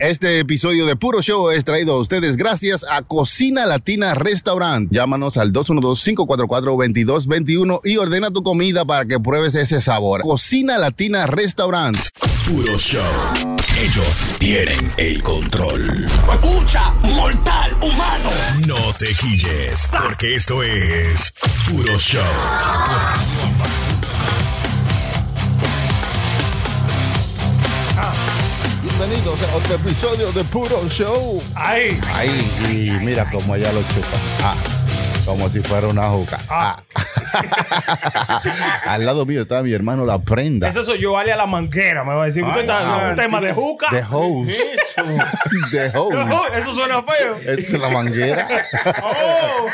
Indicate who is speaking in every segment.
Speaker 1: Este episodio de Puro Show es traído a ustedes gracias a Cocina Latina Restaurant. Llámanos al 212-544-2221 y ordena tu comida para que pruebes ese sabor. Cocina Latina Restaurant.
Speaker 2: Puro show. Ellos tienen el control.
Speaker 3: Escucha, mortal, humano.
Speaker 2: No te quilles, porque esto es puro show.
Speaker 1: Bienvenidos a otro episodio de Puro Show.
Speaker 4: Ahí.
Speaker 1: Ay, y mira cómo ella lo chupa. Ah, como si fuera una juca. Ah. al lado mío estaba mi hermano La Prenda.
Speaker 4: Eso soy yo, vale a la manguera, me va a decir. Usted está en un tema de juca.
Speaker 1: The House. The
Speaker 4: Oh,
Speaker 1: House.
Speaker 4: eso suena feo.
Speaker 1: Es la manguera.
Speaker 4: Oh,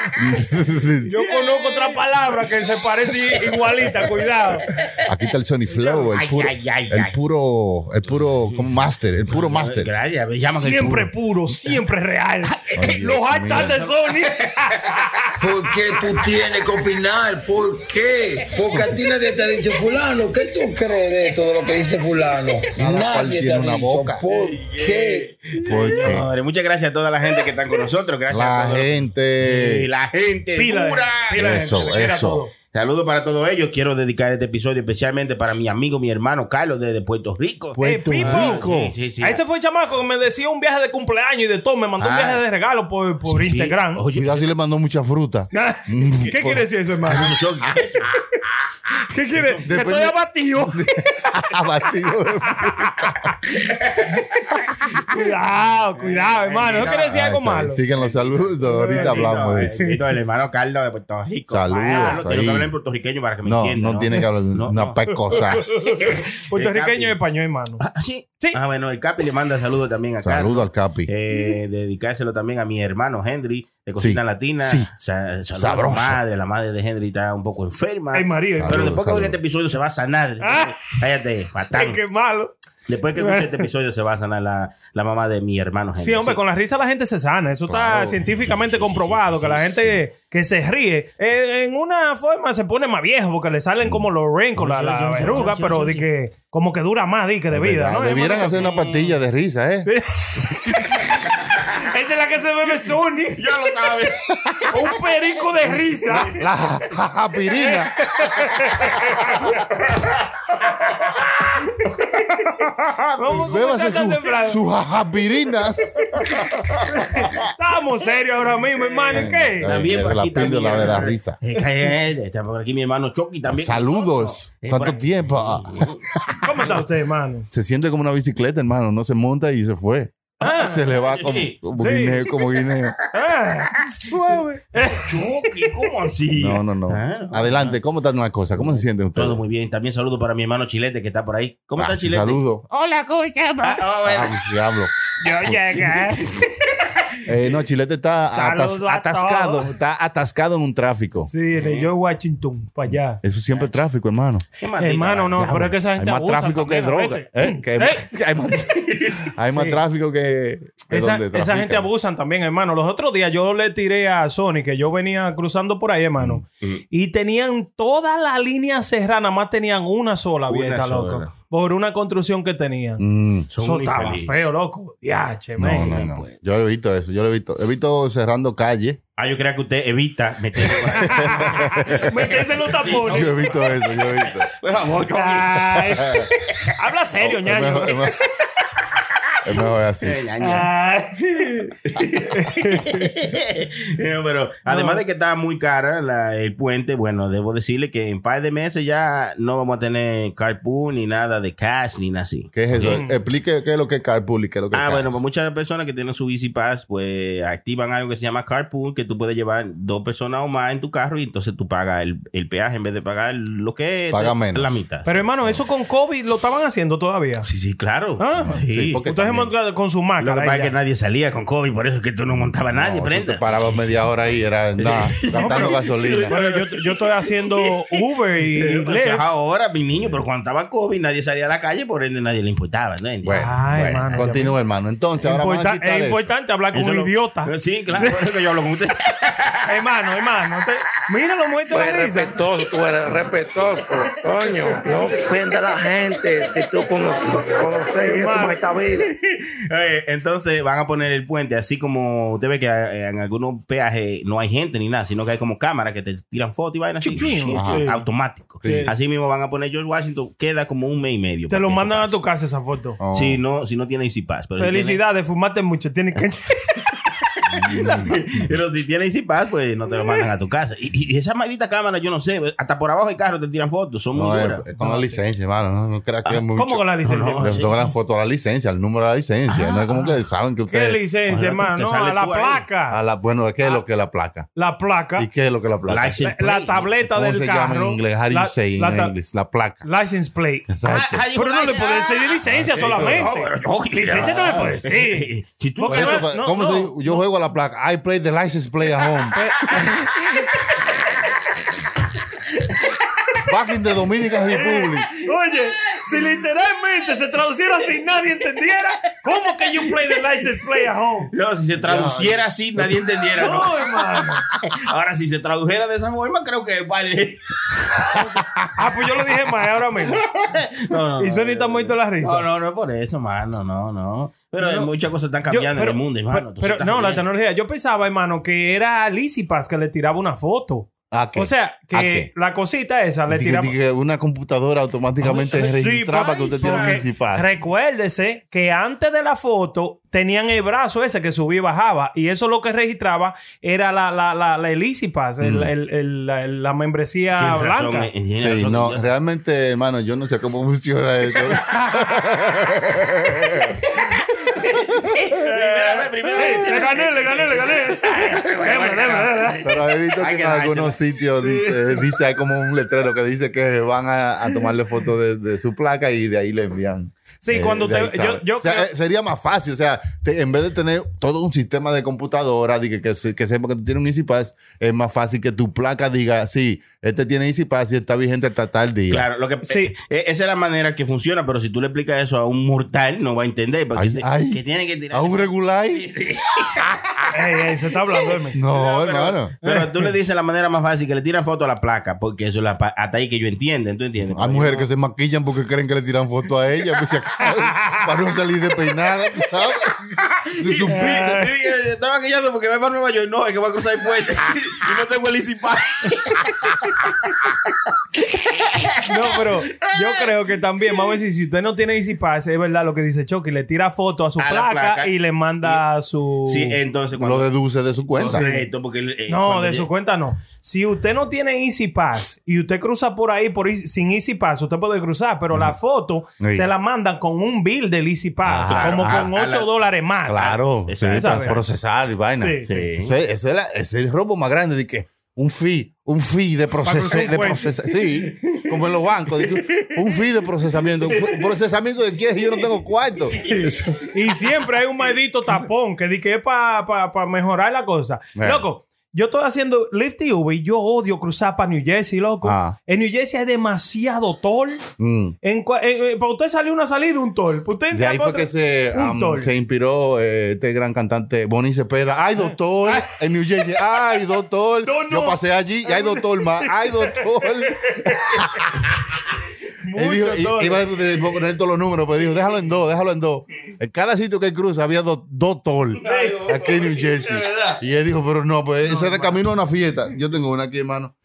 Speaker 4: yo conozco otra palabra que se parece igualita, cuidado.
Speaker 1: Aquí está el Sony Flow, el
Speaker 5: Ay,
Speaker 1: puro,
Speaker 5: ay, ay,
Speaker 1: el
Speaker 5: ay.
Speaker 1: puro, el puro como master, el puro master.
Speaker 5: Gracias, me llaman el
Speaker 4: Siempre
Speaker 5: puro.
Speaker 4: puro, siempre real.
Speaker 1: Ay,
Speaker 4: Los
Speaker 1: Dios
Speaker 4: hashtags de Sony.
Speaker 6: ¿Por qué tú tienes que opinar? ¿Por qué? Porque a ti nadie te ha dicho, fulano, ¿qué tú crees de todo lo que dice fulano?
Speaker 1: cual
Speaker 6: Nadie te
Speaker 1: tiene
Speaker 6: ha
Speaker 1: una
Speaker 6: dicho.
Speaker 1: boca.
Speaker 6: ¿Por qué?
Speaker 1: Porque
Speaker 5: Madre, muchas gracias a toda la gente que está con nosotros. Gracias a
Speaker 1: la
Speaker 5: todos.
Speaker 1: gente.
Speaker 5: Sí, la gente
Speaker 4: Pila de-
Speaker 5: dura.
Speaker 4: pila de
Speaker 1: Eso,
Speaker 4: gente, que era
Speaker 1: eso.
Speaker 4: todo.
Speaker 5: Saludos para todos ellos. Quiero dedicar este episodio especialmente para mi amigo, mi hermano Carlos desde Puerto Rico.
Speaker 4: Eh,
Speaker 1: Puerto
Speaker 4: Pipo.
Speaker 1: Rico.
Speaker 5: Sí, sí, sí.
Speaker 4: Ahí se fue el chamaco que me decía un viaje de cumpleaños y de todo. Me mandó un
Speaker 5: Ah.
Speaker 4: viaje de regalo por,
Speaker 5: Sí,
Speaker 4: por
Speaker 5: Oh. Mm, sí.
Speaker 4: Instagram.
Speaker 5: Oye,
Speaker 1: Cuidado si le mandó mucha fruta.
Speaker 4: ¿Qué quiere decir eso, hermano?
Speaker 5: Ah.
Speaker 1: Ah,
Speaker 4: ¿Qué quiere? Que
Speaker 1: Depende-
Speaker 4: estoy abatido.
Speaker 1: Abatido de fruta.
Speaker 4: cuidado,
Speaker 5: Eh,
Speaker 4: cuidado, hermano. No quiere decir
Speaker 1: Ah,
Speaker 4: algo
Speaker 1: eso,
Speaker 4: malo.
Speaker 1: Sigan los saludos, ahorita hablamos de eso.
Speaker 5: Sí. El hermano Carlos de Puerto Rico.
Speaker 1: Saludos,
Speaker 5: Ah, no tengo
Speaker 1: ahí.
Speaker 5: que hablar en puertorriqueño para que me
Speaker 1: No,
Speaker 5: entiendan.
Speaker 1: no tiene que hablar
Speaker 5: No, Ah,
Speaker 1: una
Speaker 5: no.
Speaker 1: pecosa.
Speaker 4: Puertorriqueño y
Speaker 5: El Capi.
Speaker 4: español, hermano.
Speaker 5: Ah, sí.
Speaker 4: Sí.
Speaker 5: Ah, bueno, el Capi le manda saludos también a Carlos.
Speaker 1: Saludo al Capi.
Speaker 5: Eh, dedicárselo también a mi hermano Henry de Cocina
Speaker 1: Sí,
Speaker 5: Latina.
Speaker 1: sí.
Speaker 5: Sa- saludos a
Speaker 1: Sabroso.
Speaker 5: su madre, la madre de Henry está un poco enferma.
Speaker 4: Ay, María.
Speaker 1: Saludos,
Speaker 5: pero después que
Speaker 1: saludos.
Speaker 5: oiga este episodio se va a sanar.
Speaker 4: Ah.
Speaker 5: Cállate, patán.
Speaker 4: Ay, qué malo.
Speaker 5: Después que escuche este episodio se va a sanar la, la mamá de mi hermano Henry.
Speaker 4: Sí, hombre,
Speaker 5: Sí.
Speaker 4: con la risa la gente se sana. Eso está
Speaker 5: Claro.
Speaker 4: científicamente
Speaker 5: Sí, sí, sí,
Speaker 4: comprobado.
Speaker 5: sí,
Speaker 4: que la
Speaker 5: sí,
Speaker 4: gente que se ríe, eh, en una forma se pone más viejo porque le salen como los wrinkles, la, la verruga, pero de que como que dura más, de que de vida.
Speaker 1: ¿Verdad?
Speaker 4: ¿no?
Speaker 1: Debieran hacer una pastilla de risa, ¿eh?
Speaker 4: Esta es la que se bebe Sony. Yo lo sabía. Un perico de risa.
Speaker 1: La japirina.
Speaker 4: Vamos, ¿cómo
Speaker 1: Bébase
Speaker 4: está tan temprano?
Speaker 1: su- sus japirinas.
Speaker 4: Estamos serios ahora
Speaker 1: Eh,
Speaker 4: mismo, hermano. ¿Qué?
Speaker 5: También por
Speaker 1: La
Speaker 5: aquí también,
Speaker 1: píldora de la
Speaker 5: hermano.
Speaker 1: risa.
Speaker 5: Eh, cállate, está por aquí mi hermano Chucky también.
Speaker 1: Saludos.
Speaker 5: Eh, por
Speaker 1: ¿Cuánto
Speaker 5: aquí. Eh,
Speaker 1: tiempo? Ah,
Speaker 4: ¿Cómo está usted, hermano?
Speaker 1: Se siente como una bicicleta, hermano. No se monta y se fue. se le va como,
Speaker 5: sí,
Speaker 1: como
Speaker 4: Ah, sí.
Speaker 1: guineo, como guineo.
Speaker 4: Ah,
Speaker 1: Suave.
Speaker 5: Chucky, ¿cómo así?
Speaker 1: No, no, no.
Speaker 5: Ah,
Speaker 1: Adelante, ¿cómo están las cosas? ¿Cómo se sienten ustedes?
Speaker 5: Todo muy bien. También saludo para mi hermano Chilete que está por ahí. ¿Cómo
Speaker 1: Ah,
Speaker 5: está
Speaker 1: sí,
Speaker 5: Chilete?
Speaker 1: Saludo.
Speaker 7: Hola, ¿cómo estamos?
Speaker 5: Ah, bueno.
Speaker 1: Ah, diablo.
Speaker 4: Yo llegué.
Speaker 1: Eh, no, Chilete está atas-
Speaker 4: Saludo a
Speaker 1: atascado.
Speaker 4: todos.
Speaker 1: Está atascado en un tráfico.
Speaker 4: Sí, de Joe Washington, para allá.
Speaker 1: Eso es siempre tráfico, hermano.
Speaker 5: Qué maldita
Speaker 4: Hermano, no,
Speaker 1: Diablo.
Speaker 4: Ah, pero es que esa gente
Speaker 1: Hay más
Speaker 4: abusa
Speaker 1: tráfico que
Speaker 4: también a
Speaker 1: droga.
Speaker 4: veces.
Speaker 1: ¿eh? Que hay,
Speaker 4: Eh.
Speaker 1: hay más, hay más
Speaker 4: Sí.
Speaker 1: tráfico que. que
Speaker 4: Esa,
Speaker 1: donde
Speaker 4: esa
Speaker 1: trafican.
Speaker 4: gente abusan también, hermano. Los otros días yo le tiré a Sony que yo venía cruzando por ahí, hermano.
Speaker 1: Mm,
Speaker 4: Y tenían toda la línea cerrada, nada más tenían una sola
Speaker 5: Una
Speaker 4: abierta, loco.
Speaker 5: sola.
Speaker 4: Por una construcción que tenían.
Speaker 1: Mm.
Speaker 5: Son
Speaker 4: Eso
Speaker 5: muy
Speaker 4: estaba
Speaker 5: infelices.
Speaker 4: feo, loco. Diache,
Speaker 1: No,
Speaker 4: man.
Speaker 1: no, no. Yo lo he visto eso, yo lo he visto. He visto cerrando calle.
Speaker 5: Ah, yo creía que usted evita meter.
Speaker 4: Métese en los
Speaker 1: Yo
Speaker 4: tapones.
Speaker 1: he visto eso, yo he visto.
Speaker 5: Por favor, yo-
Speaker 4: Ay. Habla
Speaker 1: Es
Speaker 4: serio, ñaño.
Speaker 1: mejor, es mejor- es mejor así.
Speaker 4: Ay.
Speaker 5: No, pero además de que está muy cara la- el puente, bueno, debo decirle que en par de meses ya no vamos a tener carpool ni nada de cash ni nada así.
Speaker 1: ¿Qué es eso?
Speaker 4: Mm.
Speaker 1: Explique qué es lo que es carpool y qué es lo que es
Speaker 5: Ah,
Speaker 1: car-
Speaker 5: bueno, pues muchas personas que tienen su Easy Pass, pues activan algo que se llama carpool, que tú puedes llevar dos personas o más en tu carro y entonces tú pagas el, el peaje en vez de pagar lo que es
Speaker 1: Paga
Speaker 5: la-
Speaker 1: menos.
Speaker 5: la mitad.
Speaker 4: Pero, hermano, eso con COVID lo estaban haciendo todavía.
Speaker 5: sí, sí, claro.
Speaker 4: Ah.
Speaker 5: Sí.
Speaker 1: Sí, porque
Speaker 4: Ustedes
Speaker 1: también-
Speaker 4: montaron con su
Speaker 5: Lo
Speaker 4: marca.
Speaker 5: que
Speaker 4: ahí
Speaker 5: pasa es
Speaker 4: ya.
Speaker 5: que nadie salía con COVID, por eso es que tú no montabas a
Speaker 1: No,
Speaker 5: nadie,
Speaker 1: tú
Speaker 5: prenda.
Speaker 1: te parabas media hora ahí, era nada, gastando gasolina.
Speaker 4: Bueno, yo, yo estoy haciendo Uber y
Speaker 5: Eh, pues,
Speaker 4: Lyft.
Speaker 5: ahora, mi niño, pero cuando estaba COVID, nadie salía a la calle, por ende nadie le importaba. ¿no?
Speaker 1: Bueno,
Speaker 4: Ay,
Speaker 1: bueno,
Speaker 4: hermano,
Speaker 1: continúa, hermano. Entonces, ahora vamos a
Speaker 4: Importa-
Speaker 1: quitar
Speaker 4: es
Speaker 1: eso.
Speaker 4: importante hablar con
Speaker 5: Eso
Speaker 4: un
Speaker 5: lo- Eh,
Speaker 4: idiota.
Speaker 5: Sí, claro, por eso que yo hablo con usted.
Speaker 4: hermano, hermano. te- mira los muertos de la risa.
Speaker 8: respetuoso, tú eres respetuoso, coño. No ofenda a la gente si tú conoces, conoces esto,
Speaker 4: Hermano.
Speaker 8: esta vida.
Speaker 5: Oye, Eh, Entonces van a poner el puente, así como usted ve que eh, en algunos peajes no hay gente ni nada, sino que hay como cámaras que te tiran fotos y vainas así,
Speaker 4: Chuchín.
Speaker 5: Ajá.
Speaker 4: Sí.
Speaker 5: automático.
Speaker 4: Sí.
Speaker 5: Así mismo van a poner George Washington, queda como un mes y medio.
Speaker 4: Te
Speaker 5: para
Speaker 4: lo
Speaker 5: que
Speaker 4: mandan a
Speaker 5: eso
Speaker 4: tu casa esa foto.
Speaker 5: pase. Si pues. no, si no tiene Easy Pass. Pero si
Speaker 4: Felicidades, fumaste mucho. Tienes que.
Speaker 5: tiene- pero si tiene Easy Pass, pues no te lo mandan a tu casa. Y, y esa maldita cámara, yo no sé, hasta por abajo del carro te tiran fotos, son
Speaker 1: No,
Speaker 5: muy
Speaker 1: eh,
Speaker 5: duras.
Speaker 1: con la licencia, hermano. No, no creas que es mucho.
Speaker 4: Ah, ¿Cómo con la licencia?
Speaker 5: No, Ah. no,
Speaker 1: Le
Speaker 5: sí.
Speaker 1: toman foto a la licencia, el número de la licencia. no es como que saben que
Speaker 4: ¿Qué
Speaker 1: ustedes.
Speaker 4: licencia, hermano?
Speaker 5: te
Speaker 4: No,
Speaker 5: sale
Speaker 4: a la
Speaker 5: tú ahí.
Speaker 4: placa.
Speaker 1: A la, bueno, ¿qué es
Speaker 4: Ah.
Speaker 1: lo que es la placa?
Speaker 4: La placa.
Speaker 1: ¿Y qué es lo que es la placa?
Speaker 5: License
Speaker 4: La, la
Speaker 5: plate.
Speaker 4: tableta
Speaker 1: ¿Cómo
Speaker 4: del
Speaker 1: se
Speaker 4: carro.
Speaker 1: llama en inglés? How do you
Speaker 4: La-
Speaker 1: say in
Speaker 4: la ta-
Speaker 1: English? La placa.
Speaker 4: License plate.
Speaker 1: Exacto.
Speaker 5: Ah, ah,
Speaker 4: Pero no le puedo decir licencia
Speaker 5: No,
Speaker 4: solamente.
Speaker 5: pero yo-
Speaker 4: Licencia Oh, no le puedo decir.
Speaker 5: Si tú-
Speaker 1: Por
Speaker 4: Porque
Speaker 1: eso,
Speaker 4: no- no,
Speaker 1: ¿Cómo
Speaker 4: no,
Speaker 1: se dice? Yo juego a la placa. I play the license play at home. Back in the Dominican Republic.
Speaker 4: Oye, si literalmente se traduciera así nadie entendiera, ¿cómo que you play the license play at home?
Speaker 5: No, si se traduciera así, nadie entendiera. ¿no?
Speaker 4: No, hermano.
Speaker 5: Ahora, si se tradujera de esa forma, creo que vale.
Speaker 4: Ah, pues yo lo dije más ahora mismo.
Speaker 5: No, no,
Speaker 4: Y Sony está muerto la risa.
Speaker 5: no, no, no es por eso, mano, no, no. Pero hay muchas cosas están
Speaker 4: Yo-
Speaker 5: cambiando en el mundo, hermano. tú
Speaker 4: pero-
Speaker 5: estás
Speaker 4: no, la
Speaker 5: jodiendo.
Speaker 4: tecnología. Yo pensaba, hermano, que era Lizzy Paz que le tiraba una foto.
Speaker 1: ¿A qué?
Speaker 4: O sea,
Speaker 1: ¿A
Speaker 4: que
Speaker 1: qué?
Speaker 4: la cosita esa le
Speaker 1: Ah, Dije-
Speaker 4: tiraba.
Speaker 1: dije, una computadora automáticamente
Speaker 5: Sí,
Speaker 1: registraba que usted tiene
Speaker 4: Porque
Speaker 1: municipal.
Speaker 4: Pues, recuérdese que antes de la foto tenían el brazo ese que subía y bajaba. Y eso lo que registraba era la, la, la, la Easy Pass,
Speaker 1: Mm.
Speaker 4: el- el- el- la, la membresía
Speaker 5: Tienes razón,
Speaker 4: blanca.
Speaker 5: eh, tienes
Speaker 1: Sí,
Speaker 5: razón,
Speaker 1: no,
Speaker 5: tienes-
Speaker 1: realmente, hermano, yo no sé cómo funciona esto.
Speaker 5: Primera vez, primera vez.
Speaker 4: Le Eh, gané, le gané, le
Speaker 5: eh.
Speaker 4: gané. Déjame, déjame, déjame.
Speaker 1: Pero he visto
Speaker 5: Hay
Speaker 1: que
Speaker 5: que
Speaker 1: en algunos
Speaker 5: dársela.
Speaker 1: sitios dice, dice, hay como un letrero que dice que van a, a tomarle fotos de, de su placa y de ahí le envían. eh,
Speaker 4: Sí, cuando
Speaker 1: de
Speaker 4: te-
Speaker 1: ahí,
Speaker 4: yo-
Speaker 1: ¿sabes?
Speaker 4: yo
Speaker 1: O sea,
Speaker 4: creo-
Speaker 1: eh, sería más fácil, o sea, te- en vez de tener todo un sistema de computadora diga, que, se- que sepa que tú tienes un Easy Pass, es más fácil que tu placa diga, sí, este tiene Easy Pass y está vigente hasta tal día.
Speaker 5: Claro, lo que
Speaker 4: Sí.
Speaker 5: eh, eh, esa es la manera que funciona, pero si tú le explicas eso a un mortal, no va a entender. porque
Speaker 1: Ay,
Speaker 5: te-
Speaker 1: ay.
Speaker 5: que tiene que tirar.
Speaker 1: ¿A un regular?
Speaker 4: Ey, ey, se está hablando de mí.
Speaker 1: No,
Speaker 5: No, pero-
Speaker 1: hermano.
Speaker 5: Pero tú le dices la manera más fácil que le tiran foto a la placa, porque eso es la, pa- hasta ahí que yo entiendo, ¿tú entiendes?
Speaker 1: Hay mujeres que se maquillan porque creen que le tiran foto a ella, pues, si acaso, para no salir de peinada, ¿tú ¿sabes? De su pico.
Speaker 5: eh, Estaba callando porque va para Nueva York. No, es que va a cruzar el puente. y no tengo el Easy
Speaker 4: No, pero yo creo que también, vamos a decir, si usted no tiene Easy Pass, es verdad lo que dice Chucky, le tira foto a su
Speaker 5: A la
Speaker 4: placa,
Speaker 5: placa.
Speaker 4: y le manda su...
Speaker 5: Sí, entonces
Speaker 1: Lo
Speaker 5: cuando.
Speaker 1: deduce de su cuenta.
Speaker 5: Correcto, porque. eh,
Speaker 4: No,
Speaker 5: cuando
Speaker 4: de
Speaker 5: llega-
Speaker 4: su cuenta no. Si usted no tiene Easy Pass y usted cruza por ahí por Easy- sin Easy Pass, usted puede cruzar, pero la foto
Speaker 1: Sí.
Speaker 4: se la mandan con un bill del Easy Pass,
Speaker 1: Claro,
Speaker 4: como
Speaker 1: a-
Speaker 4: con
Speaker 5: a
Speaker 4: 8
Speaker 5: la-
Speaker 4: dólares más.
Speaker 1: Claro,
Speaker 5: Exacto,
Speaker 1: sí,
Speaker 5: exacto.
Speaker 1: para procesar y vaina.
Speaker 4: Sí, sí.
Speaker 5: Sí.
Speaker 1: O sea, ese, es la- ese es el robo más grande de que un fee, un fee de
Speaker 4: cruzar
Speaker 1: procesar,
Speaker 4: un
Speaker 1: de
Speaker 4: puente.
Speaker 1: procesa- sí, como en los bancos, de que un fee de procesamiento, un fee- procesamiento de quién, yo no tengo cuarto.
Speaker 4: Y siempre hay un maldito tapón que di que es para mejorar la cosa.
Speaker 1: Bueno.
Speaker 4: Loco, yo estoy haciendo Lyft y Uber y yo odio cruzar para New Jersey, loco.
Speaker 1: Ah.
Speaker 4: En New Jersey hay demasiado toll.
Speaker 1: Mm.
Speaker 4: En, cua- en- en- para usted salió una salida, un toll. Para usted
Speaker 1: De
Speaker 4: entrar
Speaker 1: ahí
Speaker 4: para
Speaker 1: fue
Speaker 4: otra-
Speaker 1: que se,
Speaker 4: un
Speaker 1: am,
Speaker 4: toll.
Speaker 1: se inspiró eh, este gran cantante Bonnie Cepeda. Ay, doctor, en New Jersey. Ay, doctor.
Speaker 4: Ah. No, no.
Speaker 1: Yo pasé allí y hay doctor más. Ay, doctor. Y
Speaker 4: Mucho
Speaker 1: dijo, y-
Speaker 4: toll.
Speaker 1: iba a de- de poner todos los números, pero dijo, déjalo en dos, déjalo en dos. En cada sitio que él cruza había dos dos toll aquí en New Jersey. Y él dijo, pero no, pues ese es de camino a una fiesta. Yo tengo una aquí, hermano.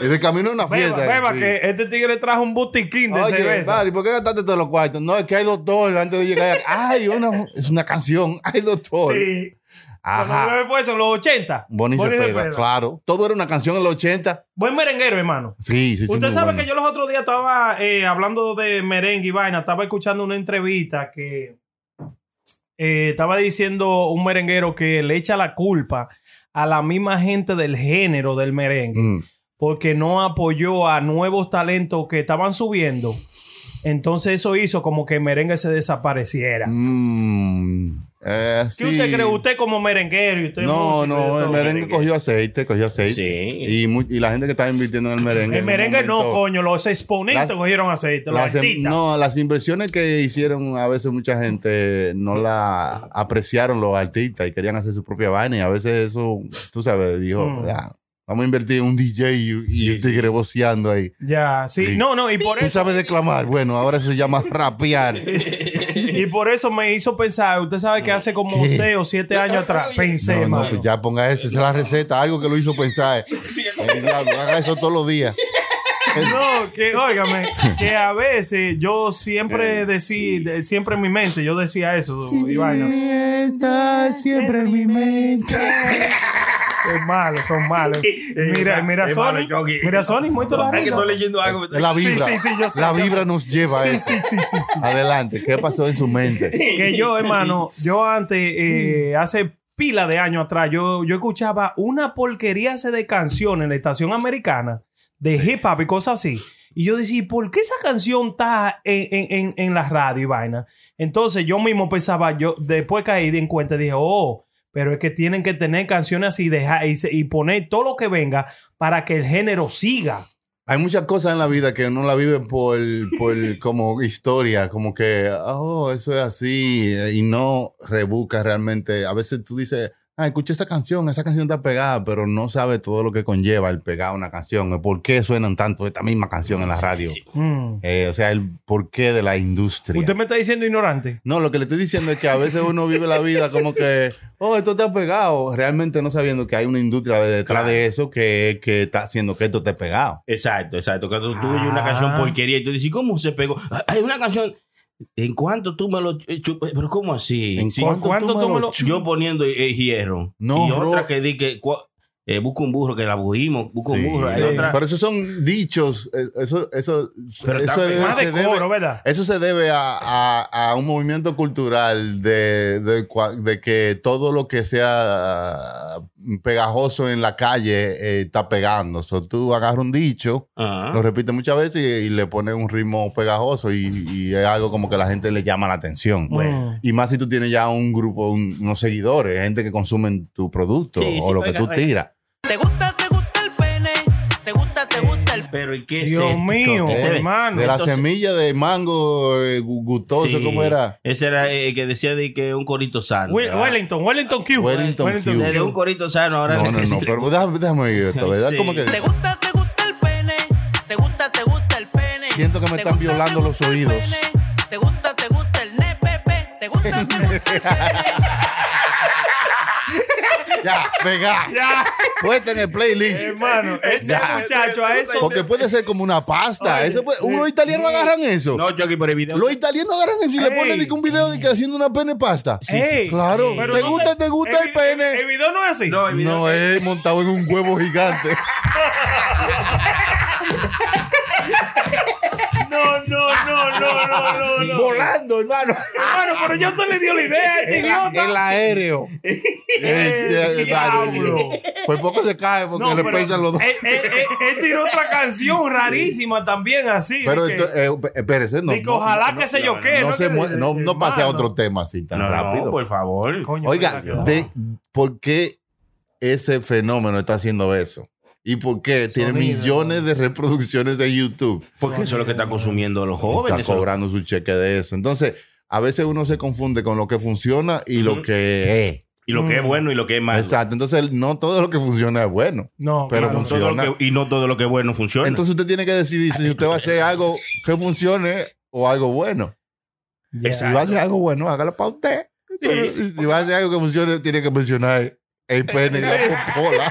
Speaker 1: Es de camino a una
Speaker 4: Beba,
Speaker 1: fiesta.
Speaker 4: beba,
Speaker 1: sí.
Speaker 4: que este tigre trajo un botiquín de
Speaker 1: Oye,
Speaker 4: cerveza.
Speaker 1: padre, ¿por qué gastaste todos los cuartos? No, es que hay doctor antes de llegar. Ay, una, es una canción. Hay doctor.
Speaker 4: Sí.
Speaker 1: Ajá.
Speaker 4: Cuando fue eso, en los 80.
Speaker 1: Bonnie
Speaker 4: Bonnie
Speaker 1: Cepeda,
Speaker 4: Cepeda.
Speaker 1: claro. Todo era una canción en los 80.
Speaker 4: Buen merenguero, hermano.
Speaker 1: Sí, sí, sí.
Speaker 4: Usted
Speaker 1: muy
Speaker 4: sabe
Speaker 1: bueno.
Speaker 4: que yo los otros días estaba eh, hablando de merengue y vaina, estaba escuchando una entrevista que eh, estaba diciendo un merenguero que le echa la culpa a la misma gente del género del merengue
Speaker 1: Mm.
Speaker 4: porque no apoyó a nuevos talentos que estaban subiendo. Entonces eso hizo como que el merengue se desapareciera.
Speaker 1: Mm. Eh, sí.
Speaker 4: ¿Qué usted cree? Usted como merenguero y usted
Speaker 1: No,
Speaker 4: músico y de
Speaker 1: no, el
Speaker 4: todo.
Speaker 1: merengue cogió aceite, cogió aceite.
Speaker 5: Sí.
Speaker 1: Y, mu- y la gente que estaba invirtiendo en el merengue.
Speaker 4: El
Speaker 1: en un
Speaker 4: merengue no,
Speaker 1: momento-
Speaker 4: coño. Los exponentes
Speaker 1: Las-
Speaker 4: cogieron aceite, los
Speaker 1: Las em-
Speaker 4: artistas.
Speaker 1: no, las inversiones que hicieron a veces mucha gente no la apreciaron los artistas y querían hacer su propia vaina y a veces eso, tú sabes, dijo,
Speaker 4: Mm.
Speaker 1: "Ya, Vamos a invertir en un DJ y, y un tigre voceando ahí.
Speaker 4: Ya, sí.
Speaker 1: Sí.
Speaker 4: No, no, y por
Speaker 1: Tú
Speaker 4: eso,
Speaker 1: sabes declamar. Bueno, ahora se llama rapear.
Speaker 4: y por eso me hizo pensar. Usted sabe que hace como
Speaker 1: ¿Qué?
Speaker 4: 6 o 7 años atrás pensé,
Speaker 1: No, no,
Speaker 4: mano.
Speaker 1: pues ya ponga eso. Esa es la receta. Algo que lo hizo pensar. El diablo, haga eso todos los días.
Speaker 4: No, que óigame, que a veces yo
Speaker 1: Eh,
Speaker 4: siempre decía, de- siempre en mi mente, yo decía eso, y vaina.
Speaker 1: Está siempre en mi mente.
Speaker 4: Son malos, son malos.
Speaker 1: Eh,
Speaker 4: Mira, mira
Speaker 5: es
Speaker 4: Sony,
Speaker 5: malo, Yogi.
Speaker 4: mira Sony, muy toda la
Speaker 5: Es que
Speaker 4: risa.
Speaker 5: estoy leyendo algo.
Speaker 1: La vibra.
Speaker 4: Sí, sí, sí, yo sé,
Speaker 1: la
Speaker 4: yo
Speaker 1: vibra nos lleva a eso. Adelante. ¿Qué pasó en su mente?
Speaker 4: Que yo, hermano, yo antes, eh, hace pila de años atrás, yo, yo escuchaba una porquería ese de canciones en la estación americana, de hip hop y cosas así. Y yo decía, ¿por qué esa canción está en, en- en- en la radio y vaina? Entonces yo mismo pensaba, yo después caí en cuenta y dije, oh, pero es que tienen que tener canciones así dejar, y, se- y poner todo lo que venga para que el género siga.
Speaker 1: Hay muchas cosas en la vida que uno la vive por, por como historia, como que, oh, eso es así, y no rebusca realmente. A veces tú dices, ah, escuché esta canción, esa canción está pegada, pero no sabes todo lo que conlleva el pegar una canción, el por qué suenan tanto esta misma canción en la radio.
Speaker 4: Mm.
Speaker 1: Eh, o sea, el porqué de la industria.
Speaker 4: Usted me está diciendo ignorante.
Speaker 1: No, lo que le estoy diciendo es que a veces uno vive la vida como que, oh, esto te ha pegado, realmente no sabiendo que hay una industria de- detrás de eso que, que está haciendo que esto te ha pegado.
Speaker 5: Exacto, exacto. Cuando tú oyes
Speaker 4: Ah.
Speaker 5: una canción porquería y tú dices, ¿cómo se pegó? Ah, Hay una canción. ¿En cuánto tú me lo eh, chupas? ¿Pero cómo así?
Speaker 1: ¿En
Speaker 5: Sí,
Speaker 1: cuánto
Speaker 4: ¿cuánto
Speaker 1: tú me lo-
Speaker 5: Yo poniendo eh, hierro.
Speaker 1: No,
Speaker 5: y otra
Speaker 1: bro.
Speaker 5: que di que. cua- eh, busca un burro, que la bujimos. Busca
Speaker 1: Sí,
Speaker 5: un burro. Hay
Speaker 1: sí.
Speaker 5: otra.
Speaker 1: Pero esos son dichos, eh, eso, eso,
Speaker 5: Pero
Speaker 1: eso,
Speaker 5: está
Speaker 1: debe-
Speaker 5: pegado.
Speaker 4: Más de
Speaker 1: Eh, se debe-
Speaker 4: coro, ¿verdad?
Speaker 1: eso se debe a, a- a un movimiento cultural de, de cua- de que todo lo que sea ah, pegajoso en la calle eh, está pegando. O sea, tú agarras un dicho.
Speaker 4: Ah.
Speaker 5: Ajá.
Speaker 1: Lo repite muchas veces y, y le pone un ritmo pegajoso y, y es algo como que la gente le llama la
Speaker 4: Mm.
Speaker 1: atención.
Speaker 4: Bueno.
Speaker 1: Y más si tú tienes ya un grupo, un- unos seguidores, gente que consumen tu producto
Speaker 5: Sí, sí,
Speaker 1: o lo que
Speaker 5: oiga,
Speaker 1: tú
Speaker 5: oiga.
Speaker 1: tiras.
Speaker 7: Te gusta, te gusta el pene. Te gusta, te gusta el
Speaker 5: Pero ¿y qué es
Speaker 4: Dios
Speaker 5: esto?
Speaker 4: mío,
Speaker 5: ¿Qué te ve?
Speaker 4: hermano.
Speaker 1: De la
Speaker 5: entonces-
Speaker 1: semilla de mango eh, gu- gustoso,
Speaker 5: Sí.
Speaker 1: ¿cómo era?
Speaker 5: Ese era eh, el que decía de que un corito sano.
Speaker 4: Wel-
Speaker 5: ¿verdad?
Speaker 4: Wellington, Wellington Q.
Speaker 1: Ah. Wellington Q.
Speaker 5: Desde un corito sano ahora
Speaker 1: No, no, no,
Speaker 5: necesito-
Speaker 1: pero déjame, déjame oír esto, ¿verdad?
Speaker 5: Sí.
Speaker 1: Como que
Speaker 7: Te gusta, te gusta el pene. Te gusta, te gusta el pene.
Speaker 1: Siento que me
Speaker 7: Te
Speaker 1: están
Speaker 7: gusta,
Speaker 1: violando
Speaker 7: te
Speaker 1: los
Speaker 7: gusta el
Speaker 1: oídos.
Speaker 7: pene. Te gusta, te gusta el nepepe. Te gusta, te gusta el pene.
Speaker 1: ya, pega,
Speaker 4: Ya,
Speaker 1: puesta en el playlist.
Speaker 4: hermano, ese
Speaker 1: Ya.
Speaker 4: muchacho a eso.
Speaker 1: Porque puede ser como una pasta.
Speaker 4: Oye, eh,
Speaker 1: Eso puede-
Speaker 4: sí.
Speaker 1: los italianos agarran eso.
Speaker 5: No, Chucky, por el video.
Speaker 1: Los italianos agarran eso y le
Speaker 4: Ey.
Speaker 1: ponen de que un video de que haciendo una pene pasta.
Speaker 4: Ey,
Speaker 1: claro.
Speaker 4: pero
Speaker 1: ¿Te
Speaker 4: no
Speaker 1: gusta,
Speaker 4: sé-
Speaker 1: te gusta
Speaker 4: el
Speaker 1: el pene?
Speaker 4: El video no es así.
Speaker 5: No, el video-
Speaker 1: No es montado en un huevo gigante.
Speaker 4: no, no, no, no, no, no, no.
Speaker 1: Volando, hermano.
Speaker 4: Hermano, pero yo te le dio la idea a este
Speaker 1: El, a- el
Speaker 4: idiota.
Speaker 1: aéreo. Eh, eh,
Speaker 4: diablo.
Speaker 1: vale. Pues poco se cae porque
Speaker 4: No,
Speaker 1: le
Speaker 4: pero
Speaker 1: pesan los dos.
Speaker 4: Él, él- él- él tiró otra canción rarísima también así.
Speaker 1: Pero
Speaker 4: de que-
Speaker 1: esto- eh, espérese, no.
Speaker 4: de que
Speaker 1: no-
Speaker 4: ojalá
Speaker 1: no-
Speaker 4: que se yo qué.
Speaker 1: no se
Speaker 4: Que-
Speaker 1: mue- no- no pase a
Speaker 4: hermano.
Speaker 1: otro tema así tan
Speaker 5: No, pues, no,
Speaker 1: rápido.
Speaker 5: por favor.
Speaker 4: Coño,
Speaker 1: Oiga,
Speaker 4: verdad que no.
Speaker 1: de, ¿por qué ese fenómeno está haciendo eso? ¿Y por qué tiene
Speaker 4: Sonido.
Speaker 1: millones de reproducciones de YouTube?
Speaker 5: Porque eso es lo que están consumiendo los jóvenes.
Speaker 1: está cobrando su cheque de eso. Entonces, a veces uno se confunde con lo que funciona y lo que es.
Speaker 5: Y lo que
Speaker 4: Mm.
Speaker 5: es bueno y lo que es malo.
Speaker 1: Exacto. Entonces, no todo lo que funciona es bueno.
Speaker 4: No,
Speaker 1: Pero
Speaker 4: claro.
Speaker 1: funciona.
Speaker 5: Todo lo que- y no todo lo que es bueno funciona.
Speaker 1: Entonces, usted tiene que decidir si usted va a hacer algo que funcione o algo bueno.
Speaker 4: Ya.
Speaker 1: Si va a hacer algo bueno, hágalo para usted. Pero si va a hacer algo que funcione, tiene que mencionar el pene y la popola.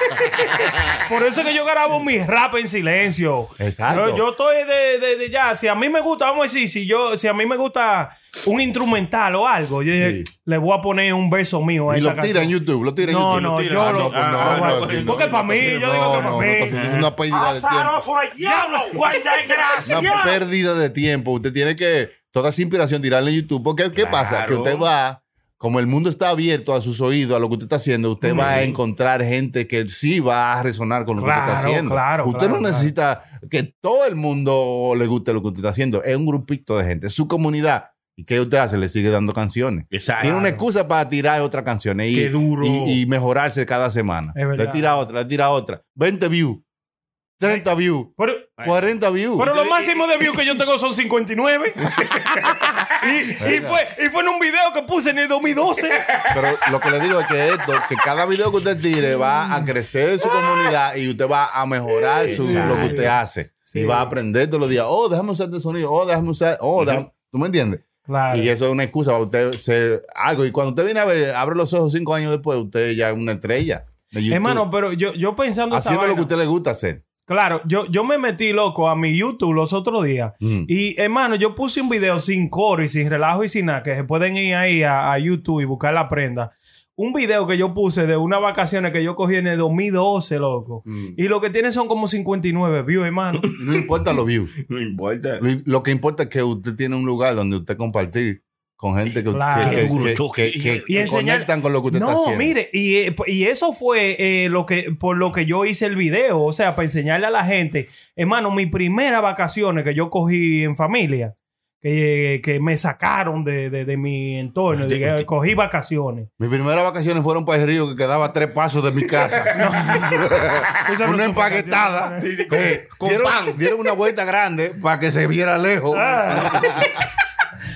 Speaker 4: Por eso es que yo grabo mi rap en silencio.
Speaker 1: Exacto.
Speaker 4: Yo, yo estoy de, de- de ya, si a mí me gusta, vamos a decir, si yo, si a mí me gusta un instrumental o algo, yo dije,
Speaker 1: Sí.
Speaker 4: le voy a poner un verso mío a
Speaker 1: Y
Speaker 4: esta
Speaker 1: lo tira en
Speaker 4: canción.
Speaker 1: YouTube, lo tira en
Speaker 4: No,
Speaker 1: YouTube.
Speaker 4: no,
Speaker 1: Lo tira.
Speaker 4: yo
Speaker 1: Ah,
Speaker 4: lo-
Speaker 1: no, pues no,
Speaker 5: ah,
Speaker 1: no,
Speaker 5: bueno,
Speaker 1: así
Speaker 4: porque
Speaker 1: no,
Speaker 4: pa'
Speaker 1: no,
Speaker 4: mí, yo
Speaker 1: no,
Speaker 4: digo que
Speaker 1: no,
Speaker 4: pa' mí.
Speaker 1: no, Es una pérdida de tiempo.
Speaker 4: ¡Diablo, güey, desgracia!
Speaker 1: una pérdida de tiempo. Usted tiene que toda esa inspiración tirarla en YouTube. Porque, ¿qué
Speaker 5: Claro.
Speaker 1: pasa? Que usted va, como el mundo está abierto a sus oídos, a lo que usted está haciendo, usted va a encontrar gente que sí va a resonar con lo que usted
Speaker 4: Claro,
Speaker 1: está haciendo.
Speaker 4: claro,
Speaker 1: usted
Speaker 4: claro,
Speaker 1: no necesita que todo el mundo le guste lo que usted está haciendo. Es un grupito de gente, es su comunidad. ¿Y qué usted hace? Le sigue dando canciones.
Speaker 5: Exacto.
Speaker 1: Tiene una excusa para tirar otras canciones y,
Speaker 5: Qué duro.
Speaker 1: y, y mejorarse cada semana.
Speaker 4: Es verdad.
Speaker 1: Le tira otra, le tira otra. 20 views. 30 views,
Speaker 4: Pero,
Speaker 1: 40 views.
Speaker 4: pero lo máximo de views que yo tengo son 59. y, y fue, y fue en un video que puse en el 2012.
Speaker 1: Pero lo que le digo es que esto, que cada video que usted tire va a crecer su comunidad y usted va a mejorar su, lo que usted hace. Y va a aprender todos los días. Oh, déjame usar este sonido. Oh, déjame usar. Oh, déjame- ¿Tú me entiendes?
Speaker 4: Claro.
Speaker 1: Y eso es una excusa para usted ser algo. Y cuando usted viene a ver, abre los ojos cinco años después, usted ya es una estrella. de YouTube.
Speaker 4: Hermano, pero yo, yo pensando esa
Speaker 1: haciendo lo que
Speaker 4: vaina-
Speaker 1: a usted le gusta hacer.
Speaker 4: Claro, yo, yo me metí loco a mi YouTube los otros días.
Speaker 1: Mm.
Speaker 4: Y hermano, yo puse un video sin coro y sin relajo y sin nada, que se pueden ir ahí a, a YouTube y buscar la prenda. Un video que yo puse de unas vacaciones que yo cogí en el 2012, loco.
Speaker 1: Mm.
Speaker 4: Y lo que tiene son como 59 views, hermano.
Speaker 1: Y No importa los views.
Speaker 5: No importa.
Speaker 1: Lo, lo que importa es que usted tiene un lugar donde usted compartir con gente que,
Speaker 4: Claro.
Speaker 1: que-
Speaker 4: Qué
Speaker 1: que-
Speaker 5: duro,
Speaker 1: que-
Speaker 5: choque.
Speaker 1: que- que-
Speaker 4: Y
Speaker 1: que
Speaker 4: enseñar-
Speaker 1: conectan con lo que usted está
Speaker 4: No,
Speaker 1: haciendo.
Speaker 4: mire, y, eh, p- y eso fue eh, lo que, por lo que yo hice el video, o sea, para enseñarle a la gente, hermano, mis primeras vacaciones que yo cogí en familia, que, eh, que me sacaron de, de- de mi entorno,
Speaker 5: Usted-
Speaker 4: dije,
Speaker 5: usted-
Speaker 4: cogí vacaciones.
Speaker 1: Mis primeras vacaciones fueron para el río que quedaba a tres pasos de mi casa.
Speaker 4: Esas no
Speaker 1: una
Speaker 4: son
Speaker 1: empaquetada.
Speaker 4: vacaciones.
Speaker 1: Eh, dieron, dieron una vuelta grande para que se viera lejos.
Speaker 4: Ah.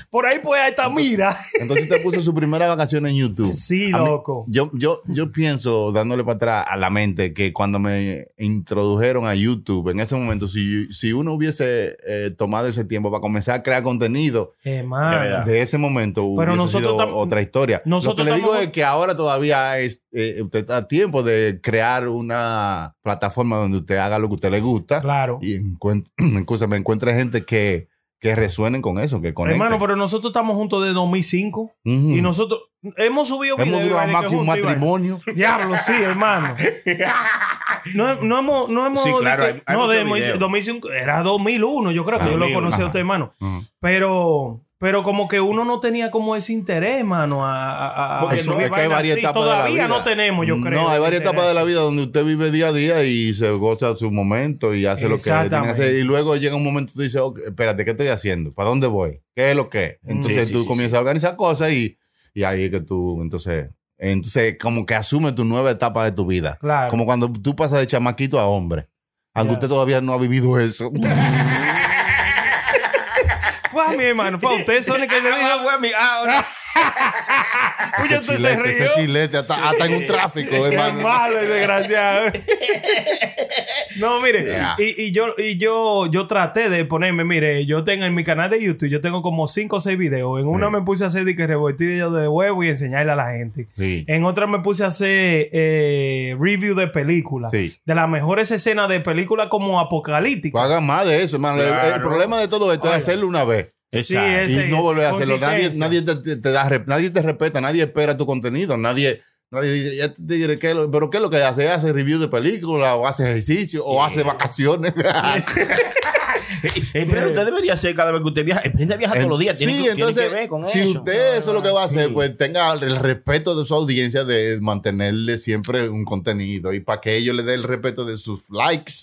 Speaker 4: Por ahí pues ahí está mira.
Speaker 1: Entonces usted puso su primera vacación en YouTube.
Speaker 4: Sí,
Speaker 1: A mí-
Speaker 4: loco.
Speaker 1: yo, yo, yo pienso, dándole para atrás a la mente, que cuando me introdujeron a YouTube, en ese momento, si, si uno hubiese eh, tomado ese tiempo para comenzar a crear contenido,
Speaker 4: Hermano.
Speaker 1: de ese momento
Speaker 4: Ah, Pero
Speaker 1: hubiese
Speaker 4: nosotros
Speaker 1: sido
Speaker 4: tam-
Speaker 1: otra historia.
Speaker 4: nosotros
Speaker 1: Lo que le digo
Speaker 4: estamos-
Speaker 1: es que ahora todavía es, eh, usted está a tiempo de crear una plataforma donde usted haga lo que a usted le gusta
Speaker 4: Claro.
Speaker 1: y encuentre, me encuentre gente que, que resuenen con este. eso, que conecten.
Speaker 4: Hermano, pero nosotros estamos juntos desde 2005
Speaker 1: Ujú.
Speaker 4: y nosotros hemos subido
Speaker 1: Hemos
Speaker 4: videos,
Speaker 1: durado
Speaker 4: Iván,
Speaker 1: más
Speaker 4: que
Speaker 1: que un
Speaker 4: juntos, Iván.
Speaker 1: matrimonio.
Speaker 4: Diablo, sí, hermano. No, no hemos. No hemos
Speaker 5: Sí, claro,
Speaker 4: de que-
Speaker 5: hay- hay
Speaker 4: no,
Speaker 5: muchos
Speaker 4: de mo-
Speaker 5: videos.
Speaker 4: 2005, era 2001, yo creo que yo lo
Speaker 5: 2001,
Speaker 4: conocí a
Speaker 1: ajá.
Speaker 4: usted, hermano.
Speaker 1: Ujú.
Speaker 4: Pero. Pero como que uno no tenía como ese interés, hermano. A, a- a-
Speaker 5: Porque
Speaker 4: a
Speaker 5: no,
Speaker 4: subir
Speaker 1: Ah, es que hay
Speaker 4: vainas
Speaker 1: varias
Speaker 4: así.
Speaker 1: etapas de la
Speaker 4: Todavía
Speaker 1: vida.
Speaker 4: no tenemos, yo creo.
Speaker 1: No, hay varias
Speaker 4: ese
Speaker 1: etapas de
Speaker 4: interés.
Speaker 1: la vida donde usted vive día a día y se goza su momento y hace lo que tiene que hacer.
Speaker 4: Exactamente.
Speaker 1: Y luego llega un momento y tú dices, "Ok, espérate, ¿qué estoy haciendo? ¿Para dónde voy? ¿Qué es lo que es?
Speaker 4: Mm,
Speaker 1: Entonces
Speaker 5: Sí, sí,
Speaker 1: tú
Speaker 5: sí,
Speaker 1: comienzas a organizar cosas y, y ahí es que tú, entonces, entonces como que asume tu nueva etapa de tu vida.
Speaker 4: Claro.
Speaker 1: Como cuando tú pasas de chamaquito a hombre. Aunque
Speaker 4: Ya.
Speaker 1: usted todavía no ha vivido eso.
Speaker 4: Fue a mi hermano, fue a usted, Sonic, que
Speaker 1: Ah,
Speaker 4: le dijo.
Speaker 5: a mí. Ahora.
Speaker 1: Ese
Speaker 4: este
Speaker 1: chilete, ese chilete, hasta, hasta en un tráfico, hermano.
Speaker 4: malo y desgraciado. No, mire,
Speaker 1: Ya.
Speaker 4: y, y yo y yo yo traté de ponerme, mire, yo tengo en mi canal de YouTube, yo tengo como 5 o 6 videos. En una
Speaker 1: Sí.
Speaker 4: me puse a hacer de que revoltillo de huevo y enseñarle a la gente.
Speaker 1: Sí.
Speaker 4: En otra me puse a hacer eh, review de películas.
Speaker 1: Sí.
Speaker 4: De las mejores escenas de películas como
Speaker 1: No
Speaker 4: apocalípticas.
Speaker 1: hagan más de eso, hermano. El- El,
Speaker 5: Claro.
Speaker 1: problema de todo esto es hacerlo una vez.
Speaker 5: Exacto.
Speaker 1: y no volver a hacerlo. Nadie,
Speaker 4: consistencia.
Speaker 1: nadie te, te- te da, re- nadie te respeta, nadie espera tu contenido, nadie, nadie dice, ya te diré qué es lo- pero qué es lo que hace, hace review de película, o hace ejercicio, o hace vacaciones.
Speaker 5: Eh, pero usted debería hacer cada vez que usted viaja. Emprende viaja todos los días. Tiene,
Speaker 1: sí,
Speaker 5: que, tiene
Speaker 1: entonces,
Speaker 5: que ver con
Speaker 1: si
Speaker 5: eso.
Speaker 1: usted eso es lo que va a hacer,
Speaker 5: Sí.
Speaker 1: pues tenga el respeto de su audiencia de mantenerle siempre un contenido y para que ellos le den el respeto de sus likes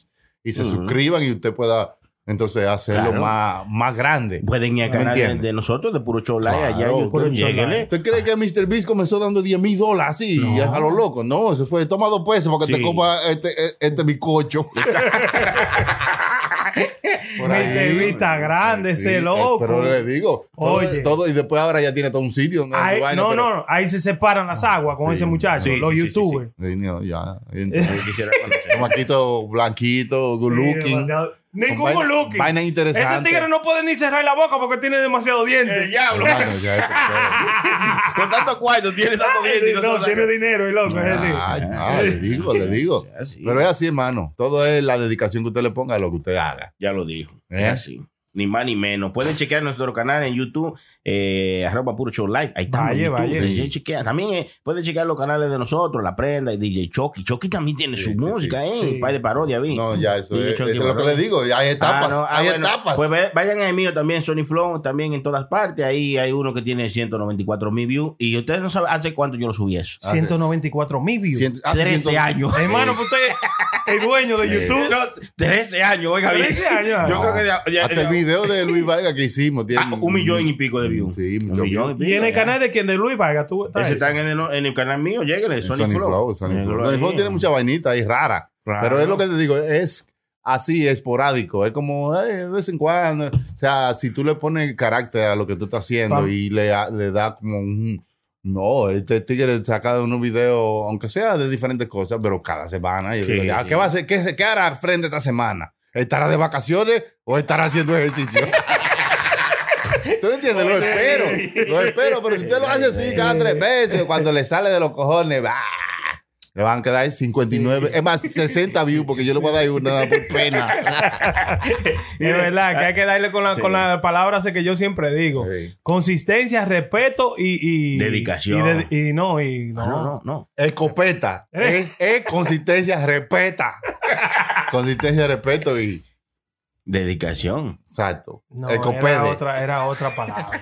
Speaker 1: y se
Speaker 5: Ujú.
Speaker 1: suscriban y usted pueda entonces hacerlo
Speaker 5: Claro.
Speaker 1: más, más grande.
Speaker 5: Pueden ir a
Speaker 1: ¿Me
Speaker 5: canal de,
Speaker 1: entiende?
Speaker 5: de nosotros, de Puro Show Live, allá en
Speaker 1: Claro,
Speaker 5: YouTube.
Speaker 1: Puro Show
Speaker 5: Lléguele.
Speaker 1: ¿Usted cree que Mr. Beast comenzó dando 10 mil dólares así y a lo loco? No, eso fue, toma dos pesos para que
Speaker 5: Sí.
Speaker 1: te coma este, este bizcocho. Por ahí.
Speaker 4: entrevista grande, ese
Speaker 1: eh,
Speaker 4: loco.
Speaker 1: Pero le digo, todo,
Speaker 4: Oye.
Speaker 1: todo- y después ahora ya tiene todo un sitio. ¿no?
Speaker 4: Ahí-
Speaker 1: Vaina,
Speaker 4: no,
Speaker 1: pero- Ah,
Speaker 4: no, ahí se separan las aguas con
Speaker 1: Sí.
Speaker 4: ese muchacho,
Speaker 5: Sí,
Speaker 4: los
Speaker 5: sí, sí, sí, sí.
Speaker 4: youtubers.
Speaker 1: Sí, no, ya.
Speaker 5: Yo quisiera conocer.
Speaker 1: Tomaquito blanquito, good
Speaker 4: Sí,
Speaker 1: looking.
Speaker 4: demasiado- Ningún
Speaker 1: Con
Speaker 4: good
Speaker 1: vaina-
Speaker 4: looking.
Speaker 1: vaina
Speaker 4: Ese
Speaker 1: interesante.
Speaker 4: tigre no puede ni cerrar la boca porque tiene demasiado dientes.
Speaker 5: diablo.
Speaker 1: Hermano, ya, eso es
Speaker 5: Con tanto cuarto, tiene tanto
Speaker 4: Eh,
Speaker 5: dinero.
Speaker 4: no, tiene dinero el loco.
Speaker 1: todo.
Speaker 4: es decir.
Speaker 1: Ay, ah, le digo, le digo.
Speaker 5: Ya, sí.
Speaker 1: Pero es así, hermano. Todo es la dedicación que usted le ponga a lo que usted haga.
Speaker 5: Ya lo dijo.
Speaker 1: ¿Eh?
Speaker 5: Es así. Ni más ni menos. Pueden chequear nuestro canal en YouTube, eh, arroba puro show live. Ahí está.
Speaker 4: Vaya, vaya.
Speaker 5: También eh, pueden chequear los canales de nosotros, La Prenda y DJ Chucky. Chucky también tiene su
Speaker 1: sí,
Speaker 5: música, ¿eh? Pai de parodia, vi.
Speaker 1: No, ya, eso
Speaker 5: DJ
Speaker 1: es,
Speaker 5: Chucky
Speaker 1: eso es lo que
Speaker 5: Barón.
Speaker 1: le digo. Hay etapas.
Speaker 5: Ah, no, ah,
Speaker 1: hay
Speaker 5: bueno.
Speaker 1: etapas.
Speaker 5: Pues ve- vayan al mío también, Sony Flow, también en todas partes. Ahí hay uno que tiene 194 mil views. Y ustedes no saben hace cuánto yo lo subí eso.
Speaker 4: 194 mil views.
Speaker 1: Ciento- hace
Speaker 5: 13
Speaker 1: ciento- Eh.
Speaker 5: años.
Speaker 4: Hermano, pues usted es dueño de YouTube.
Speaker 5: No, 13 años, oiga bien.
Speaker 4: 13 años.
Speaker 5: Yo creo que de- de-
Speaker 1: Hasta
Speaker 5: de-
Speaker 1: el video de Luis Vargas que hicimos tiene
Speaker 5: Ah, un millón y pico de views.
Speaker 1: Sí,
Speaker 5: un
Speaker 1: mucho
Speaker 5: millón y pico.
Speaker 4: Y en el
Speaker 5: ya.
Speaker 4: canal de quien de Luis Vargas, tú estás
Speaker 5: Ese
Speaker 4: ahí.
Speaker 5: está en el, en el canal mío, lléguenle,
Speaker 1: Sony,
Speaker 5: Sony, Flow.
Speaker 1: Flow. Sony
Speaker 5: Lléguenlo
Speaker 1: Flow. Sony Flow
Speaker 5: ahí.
Speaker 1: tiene mucha vainita ahí rara.
Speaker 5: Claro.
Speaker 1: Pero es lo que te digo, es así esporádico. Es como eh, de vez en cuando. O sea, si tú le pones carácter a lo que tú estás haciendo
Speaker 4: Pam.
Speaker 1: y le, le da como un. No, este tigre saca unos videos, aunque sea de diferentes cosas, pero cada semana. Y yo
Speaker 5: Sí,
Speaker 1: digo, "Ah,
Speaker 5: sí.
Speaker 1: ¿Qué va a hacer? ¿Qué, se- qué hará frente esta semana? ¿Estará de vacaciones o estará haciendo ejercicio? ¿Tú entiendes? Lo espero. Lo espero, pero si usted lo hace así cada tres veces, cuando le sale de los cojones, va. Le van a quedar ahí 59, es más, 60 views, porque yo le voy a dar una por pena.
Speaker 4: Es verdad que hay que darle con la,
Speaker 5: Sí.
Speaker 4: con la palabra esa que yo siempre digo.
Speaker 1: Sí.
Speaker 4: Consistencia, respeto y... y
Speaker 5: Dedicación.
Speaker 4: Y, de- y no, y
Speaker 1: Ah,
Speaker 4: no.
Speaker 5: No, no, no. no.
Speaker 1: Escopeta. Es, es consistencia, respeta. Consistencia, respeto y.
Speaker 5: Dedicación.
Speaker 1: Exacto. Eh,
Speaker 4: No, era
Speaker 1: Escopete.
Speaker 4: otra, era otra palabra.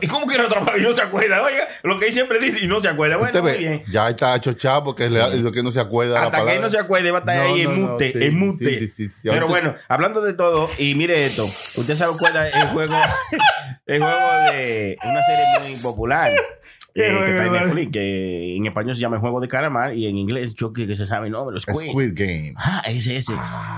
Speaker 5: ¿Y cómo que era otra palabra? Y no se acuerda. Oiga, lo que él siempre dice y no se acuerda. Bueno,
Speaker 1: Usted
Speaker 5: muy
Speaker 1: ve,
Speaker 5: bien.
Speaker 1: ya está chochado porque le- lo que no se acuerda de la
Speaker 5: Hasta que él
Speaker 1: palabra.
Speaker 5: no se acuerde, va a estar
Speaker 1: No,
Speaker 5: ahí
Speaker 1: no,
Speaker 5: en
Speaker 1: no,
Speaker 5: mute,
Speaker 1: sí,
Speaker 5: en mute.
Speaker 1: sí, sí, sí, sí.
Speaker 5: Pero
Speaker 1: Ahorita-
Speaker 5: bueno, hablando de todo, y mire esto, usted se acuerda el juego, el juego de una serie muy popular. eh,
Speaker 4: ¿Qué
Speaker 5: que está en
Speaker 4: juego, vale?
Speaker 5: Netflix, que en español se llama El Juego de Calamar y en inglés yo creo que se sabe el nombre, Squid.
Speaker 1: Squid Game.
Speaker 5: Ah, ese, ese.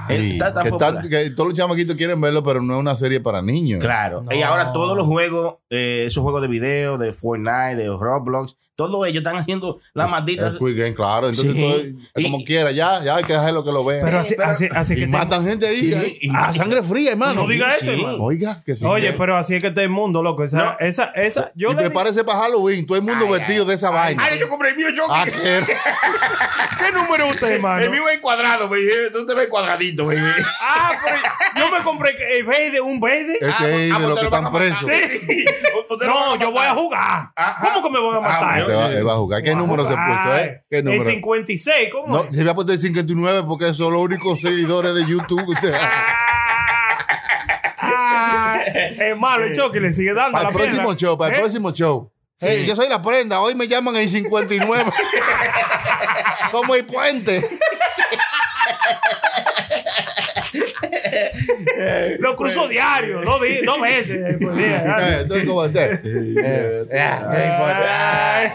Speaker 1: Sí,
Speaker 5: Está tan
Speaker 1: que,
Speaker 5: popular.
Speaker 1: tan- que todos los chamaquitos quieren verlo, pero no es una serie para niños.
Speaker 5: Claro.
Speaker 4: No.
Speaker 5: Y ahora todos los juegos, eh, esos juegos de video, de Fortnite, de Roblox, todos ellos están haciendo las malditas.
Speaker 1: Es Squid Game, claro. Entonces,
Speaker 5: Sí.
Speaker 1: todo-
Speaker 5: Y-
Speaker 1: como quiera, ya, ya hay que dejarlo que lo vean.
Speaker 4: Pero así, así, así
Speaker 1: y
Speaker 4: que... te-
Speaker 1: matan gente ahí.
Speaker 5: Sí,
Speaker 1: ahí,
Speaker 5: y-
Speaker 1: a sangre fría, hermano.
Speaker 4: No diga eso,
Speaker 5: Sí.
Speaker 4: hermano.
Speaker 1: Oiga, que sí.
Speaker 4: Oye, pero así es que está el mundo, loco. Esa,
Speaker 5: No.
Speaker 4: esa, esa... Yo
Speaker 1: y
Speaker 4: le di-
Speaker 1: prepárese para Halloween. Todo el mundo
Speaker 5: Ay,
Speaker 1: vestido
Speaker 5: ay.
Speaker 1: de esa vaina.
Speaker 5: Ay, yo compré el mío, yo.
Speaker 1: Ah, que-
Speaker 4: ¿Qué número usted, hermano?
Speaker 5: El mío es cuadrado, baby. Tú te ves cuadradito, baby.
Speaker 4: Ah, pero yo me compré el verde, un verde.
Speaker 5: pues,
Speaker 1: Ese
Speaker 5: ah,
Speaker 1: es de los que están presos.
Speaker 4: No, yo voy a jugar.
Speaker 5: Ah, ah.
Speaker 4: ¿Cómo que me voy a matar?
Speaker 5: Ah,
Speaker 1: Usted va- él va a jugar. ¿Qué número se puso,
Speaker 4: Ay, eh.
Speaker 1: eh? ¿Qué
Speaker 4: El
Speaker 1: número?
Speaker 4: 56, ¿cómo?
Speaker 1: No,
Speaker 4: es?
Speaker 1: se había puesto el 59 porque son los únicos seguidores de YouTube que usted
Speaker 4: Ah, es malo, el choque le sigue dando.
Speaker 1: Para
Speaker 4: la
Speaker 1: el próximo
Speaker 4: pierna.
Speaker 1: show, para el
Speaker 4: ¿Eh?
Speaker 1: próximo show. Hey, yo soy la prenda, hoy me llaman el 59. Como el puente.
Speaker 4: eh, Lo cruzo diario, dos, di- dos veces. pues, por día.
Speaker 1: Eh, Estoy como usted. Eh, eh, ¿qué importa?
Speaker 4: Ay.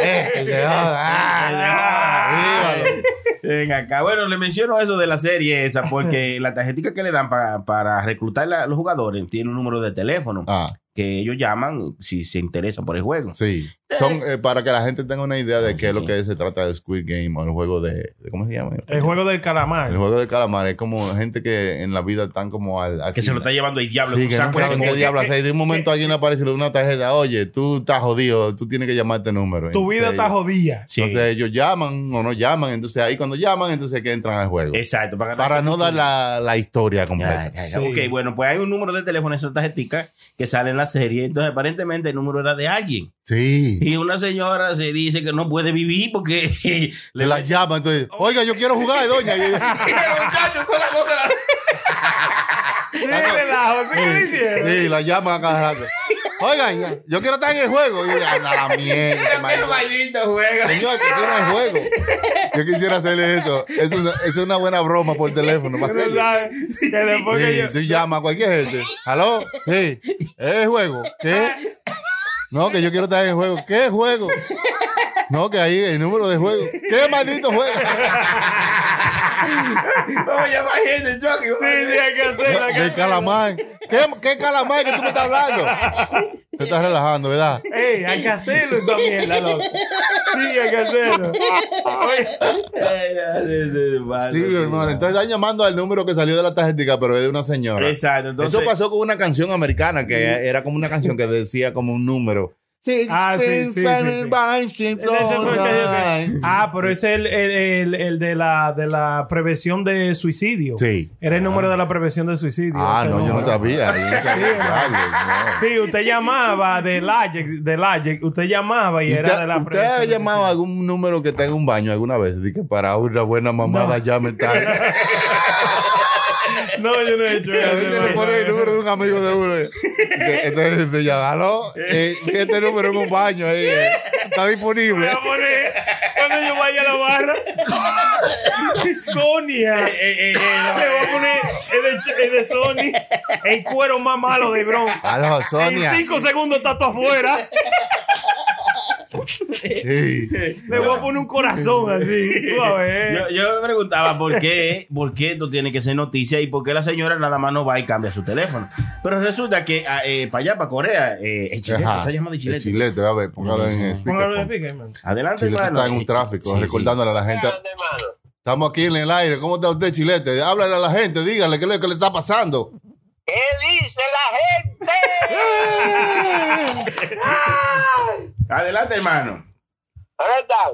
Speaker 1: Eh, que se joda. Ah, vívalo.
Speaker 5: Venga acá. Bueno, le menciono eso de la serie esa, porque la tarjetita que le dan pa- para reclutar a los jugadores tiene un número de teléfono
Speaker 1: Ah,
Speaker 5: que ellos llaman si se interesan por el juego.
Speaker 1: sí. Son eh, para que la gente tenga una idea de qué es lo que se trata de Squid Game o el juego de. de- ¿Cómo se llama?
Speaker 4: El juego del calamar.
Speaker 1: El juego de calamar es como gente que en la vida están como al. al
Speaker 5: Que se lo
Speaker 1: final.
Speaker 5: está llevando el diablo.
Speaker 1: Sí,
Speaker 5: en un
Speaker 1: que no
Speaker 5: saco de
Speaker 1: saben qué
Speaker 5: cebolla.
Speaker 1: diablo hacer. Y de un momento alguien aparece con una tarjeta. Oye, tú estás jodido, tú tienes que llamar este número.
Speaker 4: Tu vida
Speaker 1: Entonces,
Speaker 4: está jodida.
Speaker 5: Sí,
Speaker 1: Entonces ellos llaman o no llaman. Entonces ahí cuando llaman, entonces que entran al juego.
Speaker 5: Exacto.
Speaker 1: Para no dar
Speaker 5: darle
Speaker 1: la, la historia completa.
Speaker 4: Sí.
Speaker 5: Ok, bueno, pues hay un número de teléfono en esa tarjetita que sale en la serie. Entonces, aparentemente el número era de alguien.
Speaker 1: Sí.
Speaker 5: Y una señora se dice que no puede vivir porque
Speaker 1: Le la llaman. Entonces, oiga, yo quiero jugar, doña. Y ella-
Speaker 4: Sí, relajo, ¿sí que diciendo?
Speaker 1: sí, la llaman a cada rato. Oigan, yo quiero estar en el juego. Y ella, anda la mierda. marico. Señor, que yo no juego. Yo quisiera hacerle eso. Es una, es una buena broma por teléfono. para hacerle.
Speaker 4: ¿Verdad? Que después que
Speaker 1: Sí,
Speaker 4: yo-
Speaker 1: tú llamas a cualquier gente. ¿Aló? Sí. ¿Es juego? ¿Qué? No, que yo quiero estar en juego. ¿Qué juego? No, que ahí el número de juego. ¿Qué maldito juego?
Speaker 4: Sí, sí, hay que hacerlo, hay que
Speaker 1: Del calamar. ¿Qué, ¿Qué calamar que tú me estás hablando? Te estás relajando, ¿verdad?
Speaker 4: Ey, hay que hacerlo esa mierda, loco. Sí, hay que hacerlo. Oye,
Speaker 1: Sí, hermano. Entonces están llamando al número que salió de la tarjeta, pero es de una señora.
Speaker 5: Exacto. Entonces,
Speaker 1: Eso pasó con una canción americana que era como una canción que decía como un número.
Speaker 4: Ah, sí, sí, sí, sí. ese fue el que yo-
Speaker 1: sí.
Speaker 4: Ah, pero ese es el, el, el- el de, la, de la prevención de suicidio.
Speaker 1: Sí.
Speaker 4: Era el número de la prevención de suicidio.
Speaker 1: Ah,
Speaker 4: ese
Speaker 1: no, yo no
Speaker 4: número.
Speaker 1: sabía. Yo no sabía, claro, no.
Speaker 4: Sí, usted llamaba del Ajax, del Ajax, usted llamaba y,
Speaker 1: ¿Y
Speaker 4: era de
Speaker 1: ¿Usted,
Speaker 4: la
Speaker 1: usted
Speaker 4: prevención
Speaker 1: ha
Speaker 4: de
Speaker 1: llamado a algún número que está en un baño alguna vez? Dije, para una buena mamada llame tal.
Speaker 4: suicidio. No, yo no he hecho
Speaker 1: Y a
Speaker 4: eso.
Speaker 1: veces le
Speaker 4: hermano.
Speaker 1: pone el número de un amigo de uno. eh. Entonces te llama, aló, eh, vi este número en un baño, eh, eh, está
Speaker 4: Voy
Speaker 1: disponible.
Speaker 4: a poner, cuando yo vaya a la barra, Sonia.
Speaker 5: Eh,
Speaker 4: Le voy a poner el de, el de Sony, el cuero más malo de Bronco.
Speaker 1: Aló, Sonia.
Speaker 4: En cinco segundos está tú afuera.
Speaker 1: Sí.
Speaker 4: Le voy a poner un corazón así. Tú a ver.
Speaker 5: Yo, yo me preguntaba por qué, por qué esto tiene que ser noticia y por qué la señora nada más no va y cambia su teléfono. Pero resulta que ah, eh, para allá, para Corea, eh, el chilete,
Speaker 1: Ajá.
Speaker 5: está llamando el
Speaker 1: El
Speaker 5: chilete.
Speaker 1: chilete, a ver, póngalo en
Speaker 4: Póngalo en
Speaker 1: speakerphone.
Speaker 4: pique, man.
Speaker 5: Adelante,
Speaker 1: Chilete
Speaker 5: hermano.
Speaker 1: está en un
Speaker 5: Eh,
Speaker 1: tráfico,
Speaker 5: sí,
Speaker 1: recordándole a la gente. Estamos aquí en el aire. ¿Cómo está usted, Chilete? Háblale a la gente, dígale qué es lo que le está pasando.
Speaker 9: ¿Qué dice la gente?
Speaker 5: sí. Adelante, hermano.
Speaker 9: ¿Dónde están?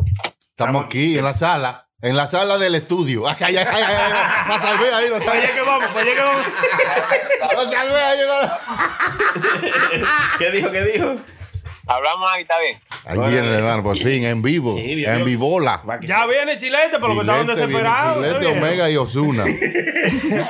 Speaker 1: Estamos aquí en la sala, en la sala del estudio. Ay, ay, ay, ay, ay, ay. La salvé ahí, la
Speaker 4: Oye,
Speaker 1: salvé.
Speaker 4: que vamos, oye, que vamos.
Speaker 1: La salvé ahí. la-
Speaker 5: ¿Qué dijo? ¿Qué dijo?
Speaker 9: Hablamos ahí, está bien.
Speaker 1: Ahí viene, hermano, por fin, en vivo,
Speaker 5: Sí, bien,
Speaker 1: en
Speaker 5: bien.
Speaker 1: vivola.
Speaker 5: Va que
Speaker 4: Ya viene Chilete, por lo que estaban
Speaker 1: Chilete, viene
Speaker 4: desesperados.
Speaker 1: Chilete,
Speaker 4: ¿no?
Speaker 1: Omega y Osuna.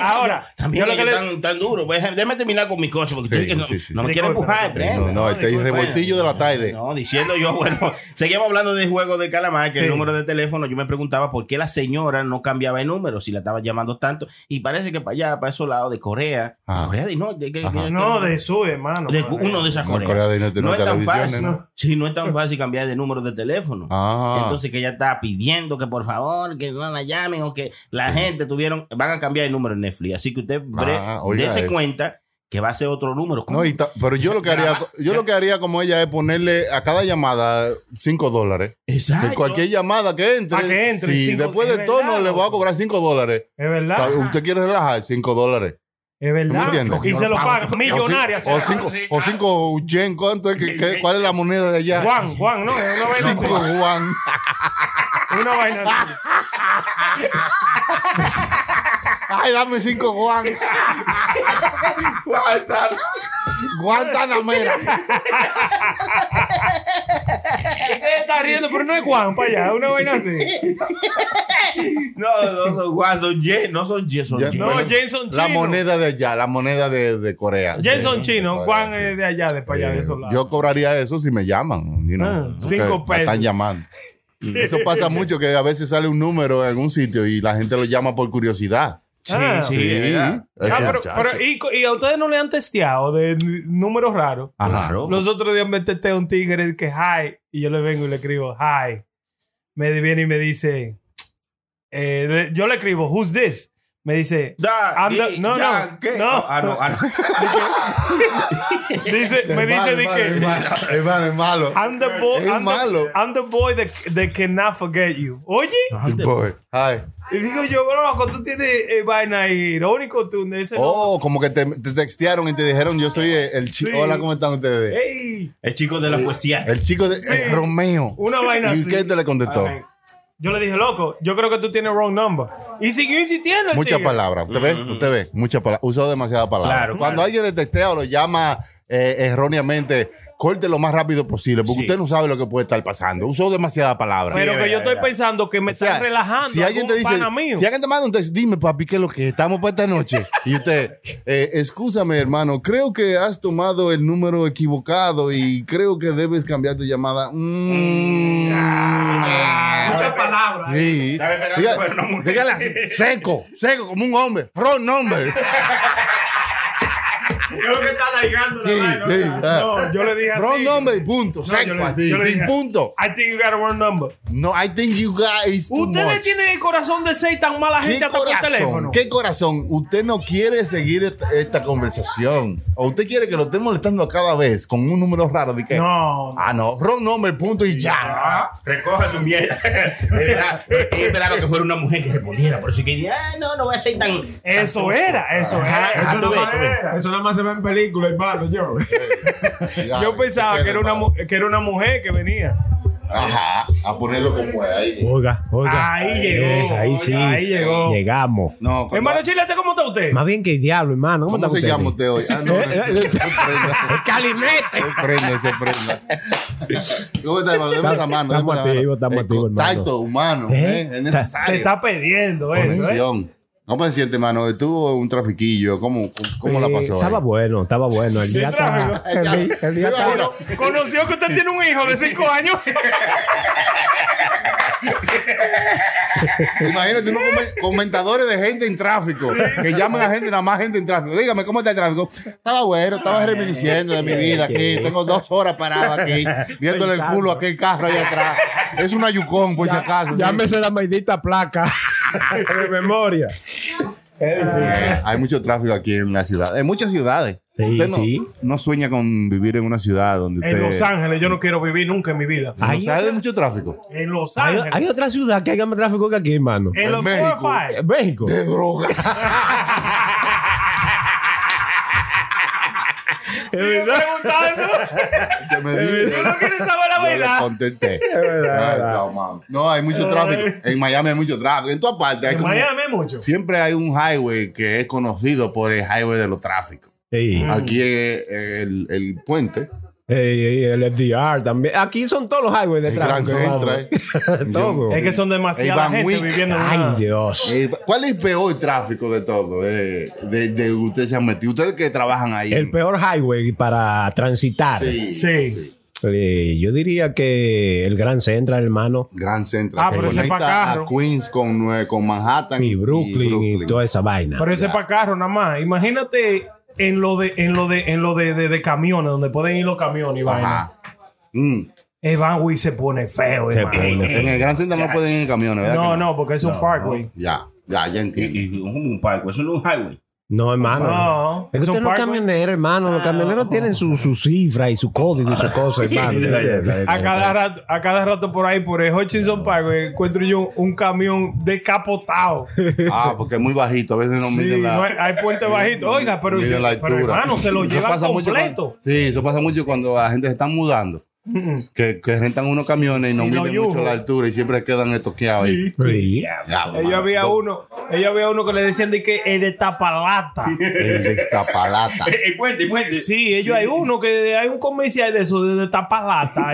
Speaker 4: Ahora,
Speaker 5: También
Speaker 4: yo
Speaker 5: es
Speaker 4: lo que le-
Speaker 5: tan, tan duro. Pues, déjame terminar con mi cosa porque
Speaker 1: Sí,
Speaker 5: estoy que no,
Speaker 1: sí, sí.
Speaker 5: no me quiero
Speaker 4: Disculpa,
Speaker 5: empujar.
Speaker 4: disculpa.
Speaker 5: prenda,
Speaker 1: No, no, este es el
Speaker 5: disculpa.
Speaker 1: revoltillo de la tarde.
Speaker 5: No, diciendo yo, bueno, seguimos hablando del juego de calamar, que
Speaker 4: Sí.
Speaker 5: el número de teléfono, yo me preguntaba por qué la señora no cambiaba el número si la estaba llamando tanto. Y parece que para allá, para esos lados de Corea,
Speaker 1: Ah.
Speaker 5: Corea del Norte, que- que- que-
Speaker 4: No, de su hermano.
Speaker 5: de
Speaker 4: madre.
Speaker 5: uno de esas
Speaker 1: No,
Speaker 5: Coreas.
Speaker 1: Corea del Norte no
Speaker 5: no es tan
Speaker 1: televisiones,
Speaker 5: fácil.
Speaker 1: ¿no?
Speaker 5: Sí, no es tan fácil cambiar de número de teléfono.
Speaker 1: Ah.
Speaker 5: Entonces que ella está pidiendo que por favor, que no la llamen o que la gente tuvieron, van a cambiar el número en Netflix. Así que usted
Speaker 1: Ah,
Speaker 5: bre-
Speaker 1: oiga
Speaker 5: dése
Speaker 1: eso.
Speaker 5: cuenta que va a ser otro número.
Speaker 1: No, y ta- pero yo lo que haría, yo lo que haría como ella es ponerle a cada llamada 5 dólares. De
Speaker 5: Exacto.
Speaker 1: cualquier llamada que entre,
Speaker 4: Ah, que entre,
Speaker 1: si
Speaker 4: cinco-
Speaker 1: después del
Speaker 4: es
Speaker 1: tono
Speaker 4: verdad,
Speaker 1: le voy a
Speaker 4: loco.
Speaker 1: cobrar 5 dólares.
Speaker 4: Es verdad.
Speaker 1: ¿Usted quiere relajar? 5 dólares.
Speaker 4: Es
Speaker 1: ¿Me
Speaker 4: verdad.
Speaker 1: entiendes?
Speaker 4: Y se lo pagan.
Speaker 1: O cin-
Speaker 4: Millonarias.
Speaker 1: O 5 o cinco yen, ¿cuánto es? que- que- ¿Cuál es la moneda de allá?
Speaker 4: Juan, Juan, no, es una vaina
Speaker 1: 5
Speaker 4: así.
Speaker 1: Juan.
Speaker 4: Una vaina así.
Speaker 1: Ay, dame 5 Juan. Guantanamera.
Speaker 4: Usted está riendo, pero no es Juan para allá, es una vaina así.
Speaker 5: No, no son guas, son ye, no son ye, son
Speaker 1: Ya,
Speaker 5: ye.
Speaker 4: No,
Speaker 1: bueno,
Speaker 4: Jenson
Speaker 1: La
Speaker 4: Chino.
Speaker 1: moneda de allá, la moneda de, de Corea.
Speaker 4: Jenson
Speaker 1: Sí, de
Speaker 4: Chino,
Speaker 1: Corea,
Speaker 4: Juan eh,
Speaker 1: sí.
Speaker 4: es de allá, de para allá, de esos
Speaker 1: Eh,
Speaker 4: lados.
Speaker 1: Yo cobraría eso si me llaman. you know,
Speaker 4: Ah,
Speaker 1: porque
Speaker 4: cinco
Speaker 1: me
Speaker 4: pesos.
Speaker 1: están llamando. Eso pasa mucho que a veces sale un número en un sitio y la gente lo llama por curiosidad.
Speaker 4: Ah.
Speaker 5: Sí, es verdad.
Speaker 1: Eso,
Speaker 4: Ah, pero,
Speaker 1: muchacho.
Speaker 4: pero ¿y, co- y a ustedes no le han testeado de n- números raros?
Speaker 1: Ajá.
Speaker 5: Claro.
Speaker 4: Los otros días me testé a un tigre que hi, y yo le vengo y le escribo hi. Me viene y me dice, eh, le- yo le escribo, who's this? Me dice,
Speaker 5: Da,
Speaker 4: I'm the-
Speaker 5: di,
Speaker 4: no,
Speaker 5: ya,
Speaker 4: no,
Speaker 5: ¿qué?
Speaker 4: no.
Speaker 5: Ah, no, ah, no.
Speaker 4: dice me
Speaker 1: Es malo,
Speaker 4: dice de
Speaker 1: es
Speaker 4: que...
Speaker 1: malo, Es malo, es malo.
Speaker 4: I'm the boy,
Speaker 1: Es
Speaker 4: I'm
Speaker 1: malo.
Speaker 4: the, I'm the boy that, that cannot forget you. Oye,
Speaker 1: Good boy. Ay.
Speaker 4: y digo yo, loco, tú tienes eh, vaina irónico, tú de ese
Speaker 1: Oh, como que te, te textearon y te dijeron, yo soy el, el chico.
Speaker 4: Sí. Eh.
Speaker 1: Hola, ¿cómo están
Speaker 4: no.
Speaker 1: ustedes?
Speaker 4: Ey,
Speaker 5: El chico de la poesía.
Speaker 1: El chico de eh, Romeo.
Speaker 4: una vaina
Speaker 1: ¿Y
Speaker 4: así.
Speaker 1: qué te le contestó?
Speaker 4: Yo le dije, loco, yo creo que tú tienes wrong number. Y siguió insistiendo. el
Speaker 1: Muchas
Speaker 4: tigre.
Speaker 1: palabras. ¿Usted ve? ¿Usted ve? Muchas palabras. Usó demasiadas palabras.
Speaker 5: Claro,
Speaker 1: Cuando
Speaker 5: claro.
Speaker 1: alguien le textea o lo llama eh, erróneamente, corte lo más rápido posible, porque
Speaker 5: Sí.
Speaker 1: usted no sabe lo que puede estar pasando. Usó demasiadas palabras.
Speaker 4: Pero
Speaker 5: Sí,
Speaker 4: que
Speaker 5: es
Speaker 4: yo
Speaker 5: verdad,
Speaker 4: estoy
Speaker 5: es verdad.
Speaker 4: pensando que me
Speaker 1: O sea,
Speaker 4: están relajando.
Speaker 1: si alguien te dice,
Speaker 4: pana mío.
Speaker 1: si alguien te manda un texto, dime papi, ¿qué es lo que estamos para esta noche? Y usted, eh, excúsame hermano, creo que has tomado el número equivocado y creo que debes cambiar tu llamada. Mm.
Speaker 5: Mm.
Speaker 4: Muchas palabras.
Speaker 1: Sí.
Speaker 5: Estaba esperando,
Speaker 1: Diga-
Speaker 5: pero no mucho.
Speaker 1: dígale así, seco, seco, como un hombre. Wrong number.
Speaker 5: Creo que está laigando
Speaker 1: Sí, sí,
Speaker 4: No,
Speaker 1: ah.
Speaker 4: yo le dije así.
Speaker 1: Wrong number y punto.
Speaker 4: No, yo
Speaker 1: seco,
Speaker 4: le-
Speaker 1: así,
Speaker 4: yo le
Speaker 1: sin
Speaker 4: dije-
Speaker 1: punto.
Speaker 4: I think you got a wrong number.
Speaker 1: No, I think you guys too
Speaker 4: Ustedes
Speaker 1: much.
Speaker 4: tienen el corazón de seis tan mala
Speaker 1: ¿Qué
Speaker 4: gente hasta por teléfono.
Speaker 1: corazón? ¿Qué corazón? Usted no quiere seguir esta, esta conversación. O usted quiere que lo esté molestando a cada vez con un número raro. De que,
Speaker 4: No.
Speaker 1: Ah, no. Wrong number, punto y ya.
Speaker 5: Recoja su mierda. De verdad, yo esperaba que fuera una mujer que respondiera. Por eso que dije, ah, no, no voy a ser tan.
Speaker 4: Eso era, eso
Speaker 5: Ajá,
Speaker 4: era. Eso
Speaker 5: tú
Speaker 4: no
Speaker 5: ves, tú ves.
Speaker 4: era. Eso nada más se ve en película, hermano. Yo,
Speaker 1: Ya,
Speaker 4: yo pensaba
Speaker 1: se
Speaker 4: que era, una,
Speaker 1: queda,
Speaker 4: mu- que era una mujer que venía.
Speaker 1: Ajá. A ponerlo como es ahí.
Speaker 10: Oiga, oiga.
Speaker 4: Ahí llegó.
Speaker 10: ahí sí.
Speaker 4: Ahí llegó.
Speaker 10: Llegamos.
Speaker 1: No, cuando-
Speaker 4: Hermano Chilete, ¿cómo está usted?
Speaker 10: Más bien que el diablo, hermano. ¿Cómo,
Speaker 1: ¿Cómo se llama usted hoy? Ah, no. Sorprenda,
Speaker 10: ¡Calimete!
Speaker 1: sorprenda, sorprenda. ¿Cómo está, hermano? Deme la mano.
Speaker 10: Estamos
Speaker 1: deme la mano.
Speaker 10: activos, estamos
Speaker 1: El
Speaker 10: activos, hermano.
Speaker 1: Contacto humano.
Speaker 10: ¿Eh?
Speaker 1: ¿eh? Es
Speaker 4: Se
Speaker 1: necesario.
Speaker 4: está pidiendo eso, ¿eh?
Speaker 1: Conexión. ¿Cómo se siente, hermano? ¿Estuvo un trafiquillo? ¿Cómo, cómo la pasó? ahí?
Speaker 10: Estaba bueno, estaba bueno. El día
Speaker 4: Sí,
Speaker 10: está.
Speaker 1: tráfico.
Speaker 10: El, día- el día
Speaker 1: Sí,
Speaker 10: está.
Speaker 1: bueno.
Speaker 4: Conoció que usted tiene un hijo de 5 años.
Speaker 1: Imagínate unos comen- comentadores de gente en tráfico que llaman a gente, nada más gente en tráfico. Dígame, ¿cómo está el tráfico? Estaba bueno, estaba reminisciendo de mi vida aquí. Tengo dos horas parado aquí, viéndole el culo a aquel carro allá atrás. Es una Yukon, por si acaso.
Speaker 10: Llámese la maldita placa de memoria.
Speaker 1: Hay mucho tráfico aquí en la ciudad, en muchas ciudades.
Speaker 10: Sí,
Speaker 1: usted no,
Speaker 10: sí.
Speaker 1: no sueña con vivir en una ciudad donde usted.
Speaker 4: En Los Ángeles yo no quiero vivir nunca en mi vida.
Speaker 1: ¿En
Speaker 10: Hay
Speaker 1: Los Ángeles hay mucho tráfico.
Speaker 4: En Los
Speaker 10: Hay,
Speaker 4: Ángeles.
Speaker 10: hay otra ciudad que haya más tráfico que aquí, hermano.
Speaker 4: en los
Speaker 1: en México.
Speaker 4: Four
Speaker 10: Eh,
Speaker 4: Five.
Speaker 10: México.
Speaker 1: De droga.
Speaker 10: Es verdad.
Speaker 1: Yo me dije,
Speaker 4: ¿Tú no quieres saber la
Speaker 1: yo le
Speaker 4: verdad?
Speaker 1: contesté. Ay, no, mami. No, hay mucho tráfico. En Miami hay mucho tráfico. En todas partes. hay
Speaker 4: En
Speaker 1: como-
Speaker 4: Miami hay mucho.
Speaker 1: Siempre hay un highway que es conocido por el highway de los tráficos.
Speaker 10: Sí.
Speaker 4: Mm.
Speaker 1: Aquí es el, el puente.
Speaker 10: Ey, ey, el FDR también. Aquí son todos los highways de
Speaker 1: El eh. Grand
Speaker 10: tráfico. hermano.
Speaker 1: Central.
Speaker 10: Todo.
Speaker 4: Es que son demasiada
Speaker 1: Van
Speaker 4: gente
Speaker 1: eh, Wick.
Speaker 4: viviendo en
Speaker 10: Ay,
Speaker 4: una...
Speaker 10: Dios.
Speaker 1: Eh, ¿Cuál es el peor tráfico de todo? eh, de, de ustedes se han metido. Ustedes que trabajan ahí.
Speaker 10: El peor highway para transitar.
Speaker 1: Sí.
Speaker 4: Sí.
Speaker 10: Eh, yo diría que el Gran Central, hermano,
Speaker 1: Grand Central.
Speaker 4: Ah,
Speaker 1: que
Speaker 4: pero ese es
Speaker 1: conecta
Speaker 4: pa'
Speaker 1: a
Speaker 4: carro.
Speaker 1: Queens con, eh, con Manhattan
Speaker 10: y Brooklyn, y toda esa vaina.
Speaker 4: Pero ese es
Speaker 1: Ya.
Speaker 4: para carro nada más. Imagínate en lo de, en lo de, en lo de, de, de camiones, donde pueden ir los camiones y vaina.
Speaker 1: Ajá. Mm.
Speaker 4: Evan Wick se pone feo,
Speaker 10: Se
Speaker 4: hermano.
Speaker 10: pone
Speaker 1: En el Grand Central no pueden ir en camiones, ¿verdad?
Speaker 4: No,
Speaker 1: que
Speaker 4: no, porque es un parkway.
Speaker 1: Ya, ya, ya entiendo.
Speaker 5: Y- y- como un parque, eso no es un highway.
Speaker 10: No, hermano.
Speaker 4: No,
Speaker 10: Es
Speaker 4: es un
Speaker 10: que usted no es
Speaker 4: parkway.
Speaker 10: camionero, hermano. Los camioneros tienen su, su cifra y su código y su cosa, hermano.
Speaker 4: A cada, rato, a cada rato por ahí, por el Hutchinson Parkway, encuentro yo un, un camión decapotado.
Speaker 1: Ah, porque es muy bajito. A veces no
Speaker 4: Sí,
Speaker 1: miden la.
Speaker 4: no hay, hay puente bajito. Oiga, pero,
Speaker 1: miden la
Speaker 4: pero
Speaker 1: altura.
Speaker 4: hermano, se lo
Speaker 1: Eso
Speaker 4: lleva
Speaker 1: pasa mucho
Speaker 4: completo.
Speaker 1: cuando- sí, eso pasa mucho cuando la gente se está mudando. Que, que rentan unos camiones y no
Speaker 4: Sí, lo
Speaker 1: miden
Speaker 4: yujo.
Speaker 1: mucho la altura y siempre quedan estoqueados ahí.
Speaker 10: Sí.
Speaker 1: Ya,
Speaker 4: Ellos
Speaker 1: mano,
Speaker 4: había
Speaker 1: do-
Speaker 4: uno, ellos había uno que le decían de que es de tapalata.
Speaker 1: El de Iztapalata.
Speaker 5: El puente, el puente.
Speaker 4: Sí, ellos hay uno que hay un comercial de eso, de, de tapalata,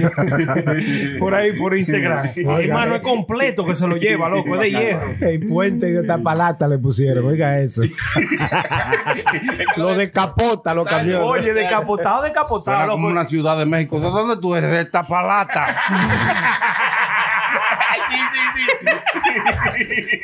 Speaker 4: en- por ahí, por Instagram. Hermano, es completo que se lo lleva, loco, es de hierro.
Speaker 10: El puente de tapalata le pusieron, oiga eso. lo descapota los camiones.
Speaker 4: Oye, decapotado,
Speaker 1: Suena
Speaker 4: decapotado,
Speaker 1: como
Speaker 4: loco.
Speaker 1: una ciudad de México. ¿De dónde tú eres? De Iztapalata.